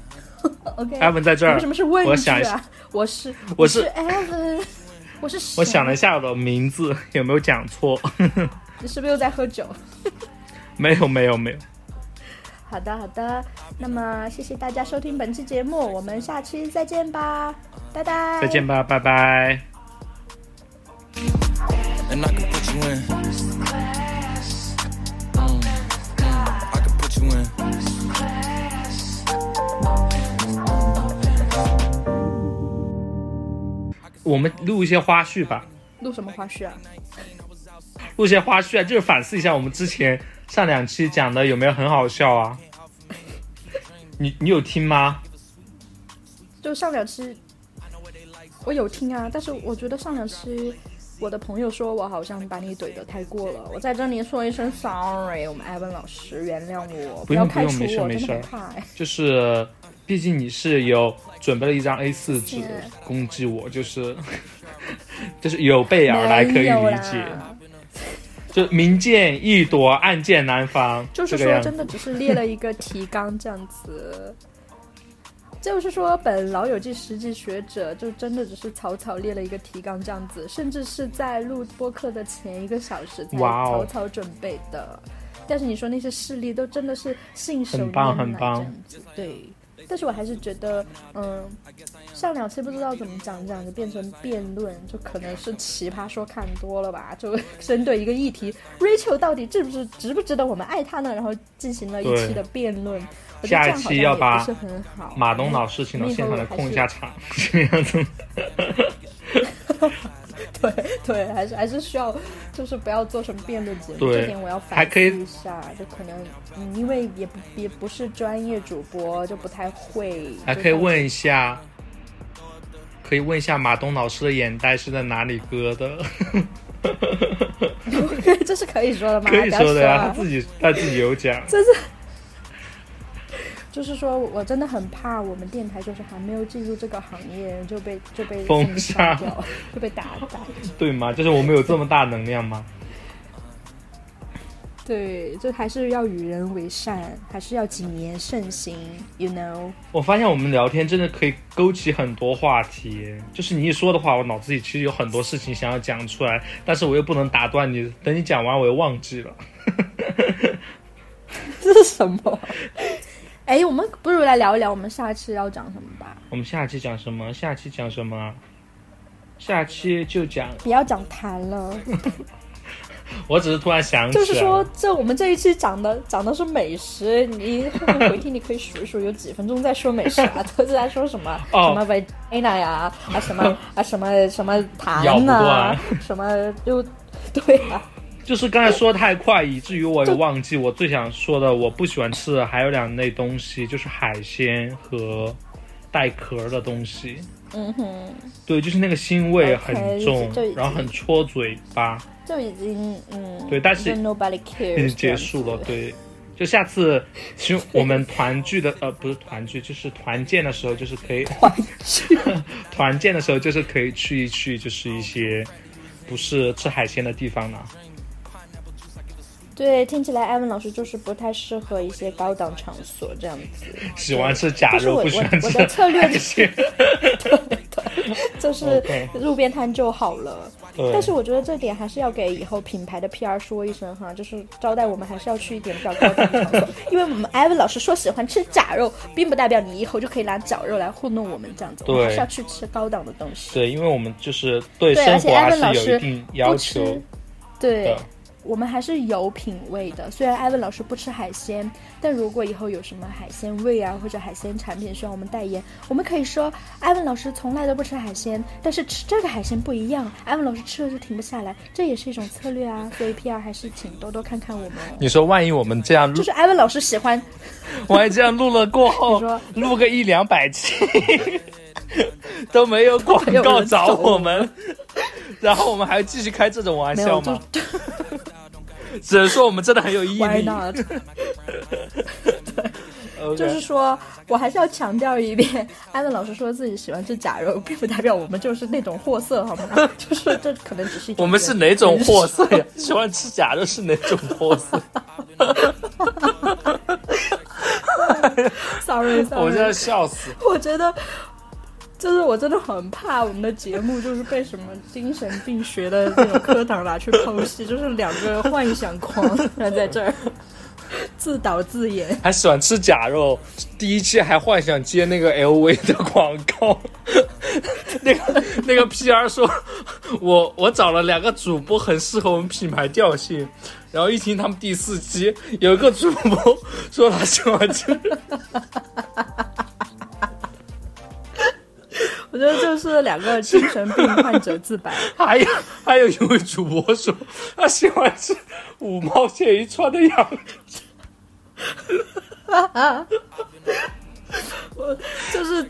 Speaker 3: *laughs* ？OK，
Speaker 2: 在这
Speaker 3: 你
Speaker 2: 儿
Speaker 3: 为什，么是问
Speaker 2: 我
Speaker 3: 句
Speaker 2: 想一
Speaker 3: 啊？我是
Speaker 2: 我
Speaker 3: 是
Speaker 2: 是 *laughs*
Speaker 3: Evan，我是谁
Speaker 2: 我想了一，下我的名字有没有讲错， *laughs*
Speaker 3: 你是不是又在喝酒？
Speaker 2: 没有，没有，没有。
Speaker 3: 哎好的，好的，那么谢谢大家收听本期节目，我们下期再见吧，拜拜，
Speaker 2: 再见吧，拜拜。
Speaker 4: and I can put you in. Mm. I can put you in.
Speaker 2: 我们录一些花絮吧，
Speaker 3: 录什么花絮啊？
Speaker 2: 录一些花絮啊，就是反思一下我们之前上两期讲的有没有很好笑啊？你你有听吗？
Speaker 3: 就上两期我有听啊，但是我觉得上两期我的朋友说我好像把你怼得太过了，我在这里说一声 sorry，我们艾文老师原谅我，
Speaker 2: 不
Speaker 3: 要
Speaker 2: 用
Speaker 3: 开除
Speaker 2: 不用
Speaker 3: 我，
Speaker 2: 没事
Speaker 3: 真
Speaker 2: 没
Speaker 3: 的很
Speaker 2: 事
Speaker 3: 怕哎。
Speaker 2: 就是，毕竟你是有准备了一张 A 4纸
Speaker 3: 是
Speaker 2: 攻击我，就是 *laughs* 就是有备而来，可以
Speaker 3: 没有
Speaker 2: 理
Speaker 3: 啦
Speaker 2: 解。就明剑易躲，暗箭难防，
Speaker 3: 就是
Speaker 2: 这个
Speaker 3: 说
Speaker 2: 样子
Speaker 3: 真的只是列了一个提纲这样子。就是说，本《老友记》实际学者就真的只是草草列了一个提纲这样子，甚至是在录播课的前一个小时才
Speaker 2: 哇哦
Speaker 3: 草草准备的。但是你说那些事例都真的是信手
Speaker 2: 很
Speaker 3: 拈
Speaker 2: 棒
Speaker 3: 来
Speaker 2: 很棒
Speaker 3: 这样子，对。但是我还是觉得，嗯，上两期不知道怎么讲讲就变成辩论，就可能是奇葩说看多了吧，就针对一个议题，Rachel 到底值不值值不值得我们爱她呢？然后进行了一
Speaker 2: 对
Speaker 3: 期的辩论。我觉得
Speaker 2: 下
Speaker 3: 这
Speaker 2: 一
Speaker 3: 样
Speaker 2: 期
Speaker 3: 好像
Speaker 2: 要
Speaker 3: 也
Speaker 2: 把
Speaker 3: 不是很好。
Speaker 2: 马东老师请到
Speaker 3: 那以
Speaker 2: 现
Speaker 3: 后
Speaker 2: 场来
Speaker 3: 还
Speaker 2: 控一
Speaker 3: 是
Speaker 2: 下场，这个样子。
Speaker 3: 对 *laughs* 对，还是还是需要，就是不要做成辩论节目，
Speaker 2: 对
Speaker 3: 这点我要
Speaker 2: 还
Speaker 3: 反
Speaker 2: 可
Speaker 3: 思
Speaker 2: 以
Speaker 3: 一下。就可能，嗯，因为也不也不是专业主播，就不太会。
Speaker 2: 还
Speaker 3: 就
Speaker 2: 可以
Speaker 3: 到
Speaker 2: 问一下，可以问一下马东老师的眼袋是在哪里割的？ *laughs*
Speaker 3: 底，这是可以 *laughs* 说的吗？
Speaker 2: 可以
Speaker 3: 不要
Speaker 2: 说的呀、
Speaker 3: 啊
Speaker 2: 他自己他自己有讲。
Speaker 3: 就是说我真的很怕我们电台就是还没有进入这个行业就被就被
Speaker 2: 封
Speaker 3: 封
Speaker 2: 杀
Speaker 3: 掉，就被打打。
Speaker 2: 对吗？就是我们有这么大能量吗？
Speaker 3: 对，就还是要与人为善，还是要谨言慎行，you know。
Speaker 2: 我发现我们聊天真的可以勾起很多话题，就是你一说的话，我脑子里其实有很多事情想要讲出来，但是我又不能打断你，等你讲完我又忘记了。
Speaker 3: 这是什么？哎，我们不如来聊一聊我们下期要讲什么吧，
Speaker 2: 我们下期讲什么？下期讲什么啊？下期就讲，
Speaker 3: 不要讲谈了。
Speaker 2: 我只是突然想起来，
Speaker 3: *laughs* 就是说，这我们这一期讲的讲的是美食，你后面回听你可以数一数，有几分钟在说美食
Speaker 2: *laughs*
Speaker 3: 啊，都是在说什么、
Speaker 2: 哦
Speaker 3: 什么 vagina 呀，啊
Speaker 2: *laughs*
Speaker 3: 什么啊什么什么
Speaker 2: 咬不
Speaker 3: 痰呐、
Speaker 2: 断
Speaker 3: 什么就对啊，
Speaker 2: 就是刚才说太快，以至于我也忘记我最想说的。我不喜欢吃的还有两类东西，就是海鲜和带壳儿的东西。
Speaker 3: 嗯哼，
Speaker 2: 对，就是那个腥味
Speaker 3: OK，
Speaker 2: 很重
Speaker 3: 这已经
Speaker 2: 然后很戳嘴巴。
Speaker 3: 就已经嗯，
Speaker 2: 对但是
Speaker 3: 就 nobody
Speaker 2: 已
Speaker 3: cares
Speaker 2: 经结束了，
Speaker 3: 这样子，
Speaker 2: 对。就下次，其实我们团聚的，呃，不是团聚，就是团建的时候，就是
Speaker 3: *laughs*
Speaker 2: 可以团聚， *laughs* 团建的时候就是可以去一去，就是一些不是吃海鲜的地方呢。
Speaker 3: 对，听起来艾文老师就是不太适合一些高档场所这样子，
Speaker 2: 喜欢吃假
Speaker 3: 就是
Speaker 2: 肉，
Speaker 3: 我
Speaker 2: 啊不喜
Speaker 3: 我
Speaker 2: 欢
Speaker 3: 我的
Speaker 2: 吃
Speaker 3: 策略
Speaker 2: 海
Speaker 3: 就是
Speaker 2: 鲜。
Speaker 3: 就是
Speaker 2: ，OK
Speaker 3: 路边摊就好了。
Speaker 2: 哦对
Speaker 3: 但是我觉得这点还是要给以后品牌的 PR 说一声哈，就是招待我们还是要去一点比较高档的场所， *laughs* 因为我们艾文老师说喜欢吃假肉，并不代表你以后就可以拿绞肉来糊弄我们这样子，我们
Speaker 2: 对
Speaker 3: 还是要去吃高档的东西。
Speaker 2: *laughs* 对，因为我们就是对
Speaker 3: 对
Speaker 2: 生
Speaker 3: 而且
Speaker 2: 活还
Speaker 3: Evan 老
Speaker 2: 是有一
Speaker 3: 师
Speaker 2: 定
Speaker 3: 不
Speaker 2: 要
Speaker 3: 吃
Speaker 2: 求
Speaker 3: 对
Speaker 2: 的。。
Speaker 3: 我们还是有品味的，虽然艾文老师不吃海鲜，但如果以后有什么海鲜味啊或者海鲜产品需要我们代言，我们可以说艾文老师从来都不吃海鲜，但是吃这个海鲜不一样，艾文老师吃了就停不下来，这也是一种策略啊。所以 PR 还是请多多看看我们哦。
Speaker 2: 你说，万一我们这样
Speaker 3: 就
Speaker 2: 录，
Speaker 3: 是艾文老师喜欢，
Speaker 2: 万一这样录了过后
Speaker 3: 你说，
Speaker 2: 录个一两百期，都没有广
Speaker 3: 没有
Speaker 2: 告
Speaker 3: 人
Speaker 2: 找
Speaker 3: 找
Speaker 2: 我们，然后我们还继续开这种玩
Speaker 3: 没
Speaker 2: 笑
Speaker 3: 有就
Speaker 2: 吗？只能说我们真的很有毅
Speaker 3: *laughs* why
Speaker 2: 力。 *laughs*
Speaker 3: not？
Speaker 2: OK
Speaker 3: 就是说我还是要强调一遍，艾文老师说自己喜欢吃假肉，并不代表我们就是那种货色，好吗？ *laughs* 就是这可能只是一种
Speaker 2: 我们是哪种货色呀？ *laughs* 喜欢吃假的是哪种货
Speaker 3: *laughs*
Speaker 2: 色？
Speaker 3: sorry sorry，
Speaker 2: *laughs* 我真的笑死。
Speaker 3: 我觉得，就是我真的很怕我们的节目就是被什么精神病学的那种课堂拿去
Speaker 2: *laughs*
Speaker 3: 剖析，就是两个幻想狂然后在这儿自导自演。
Speaker 2: 还喜欢吃假肉，第一期还幻想接那个 LV 的广告， *laughs* 那个那个 PR 说，我我找了两个主播很适合我们品牌调性，然后一听他们第四期有一个主播说他喜欢吃，
Speaker 3: 我我觉得就是两个精神病患者自
Speaker 2: *laughs*
Speaker 3: 白。
Speaker 2: 还有还有一位主播说，他喜欢吃五毛钱一串的羊，
Speaker 3: 就是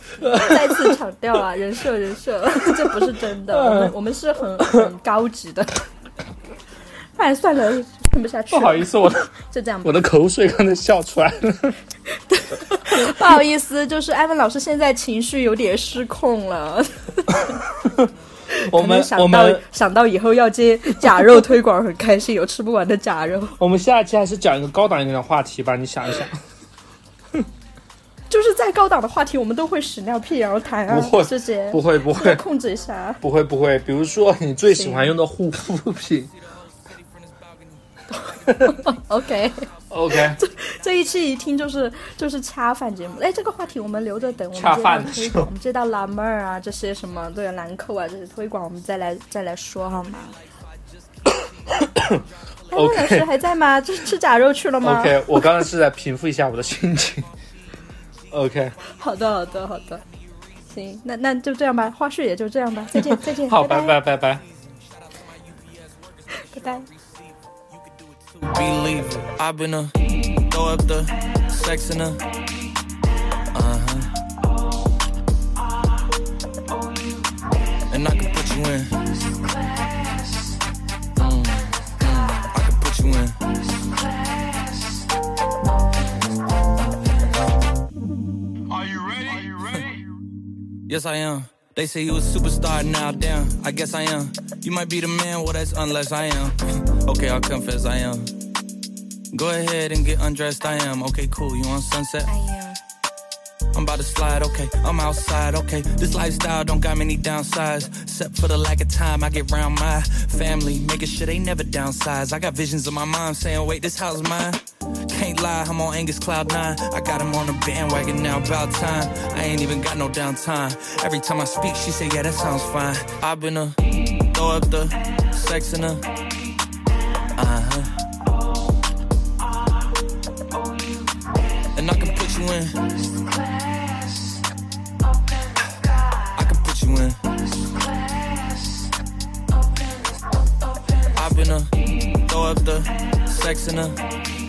Speaker 3: 再次强调
Speaker 2: *laughs*
Speaker 3: 啊，人设人设， *laughs* 这不是真
Speaker 2: 嗯
Speaker 3: 的，我们我们是很很高级的。 *laughs* 哎，算了，吞不下去
Speaker 2: 不
Speaker 3: 了，
Speaker 2: 好意思，我的
Speaker 3: 就这样吧
Speaker 2: 我。的口水刚才笑出来了。
Speaker 3: 不好意思，就是艾文老师现在情绪有点失控了，
Speaker 2: 我
Speaker 3: 可能
Speaker 2: 们
Speaker 3: 想
Speaker 2: 我
Speaker 3: 到
Speaker 2: 们
Speaker 3: 想到以后要接假肉推广，很开心，有吃不完的假肉。 *laughs*
Speaker 2: 我们下期还是讲一个高档一点的话题吧，你想一想。
Speaker 3: 就是再高档的话题，我们都会屎尿屁然后谈啊
Speaker 2: 不会，
Speaker 3: 这些
Speaker 2: 不会不
Speaker 3: 要
Speaker 2: 会
Speaker 3: 控制一下
Speaker 2: *laughs*
Speaker 3: 啊。
Speaker 2: 不会不会，比如说你最喜欢用的护肤品。
Speaker 3: OK，
Speaker 2: OK，
Speaker 3: 这一期一听就是就是恰饭节目。哎，这个话题我们留着等我们
Speaker 2: 恰
Speaker 3: 接到
Speaker 2: 饭的
Speaker 3: 推
Speaker 2: 时
Speaker 3: 广，
Speaker 2: 候
Speaker 3: 我们接到蓝妹儿啊这些什么对兰蔻啊这些推广，我们再来 *laughs* 再来说好
Speaker 2: *coughs*
Speaker 3: 吗？哎，魏
Speaker 2: OK
Speaker 3: 老师还在吗？ *laughs* 就是吃假肉去了吗
Speaker 2: OK，我刚刚是在平复一下我的心情。OK，
Speaker 3: 好的，好的，好的。行，那那就这样吧，花絮也就这样吧，再见，再见，
Speaker 2: 好，
Speaker 3: 拜
Speaker 2: 拜拜拜拜。
Speaker 3: 拜拜。
Speaker 4: Believe it. I've been a throw up the sex in a. Uh huh. And I can put you in. Mm. I can put you in.
Speaker 6: Are you ready? Are you ready?
Speaker 4: Yes, I am. They say you a superstar now, damn. I guess I am. You might be the man, well, that's unless I am. *laughs* okay, I'll confess I am. Go ahead and get undressed, I am. Okay, cool. You on sunset? I am. I'm about to slide, okay. I'm outside, okay. This lifestyle don't got many downsides. Except for the lack of time I get round my family, making sure they never downsize. I got visions of my mom saying, wait, this house is mine. Can't lie, I'm on Angus Cloud 9. I got him on the bandwagon now, about time. I ain't even got no downtime. Every time I speak, she say, yeah, that sounds fine. I've been a throw up the sex in a. Uh huh. And I can put you in. I can put you in. I've been a uh-huh. throw up the sex in a. Mm,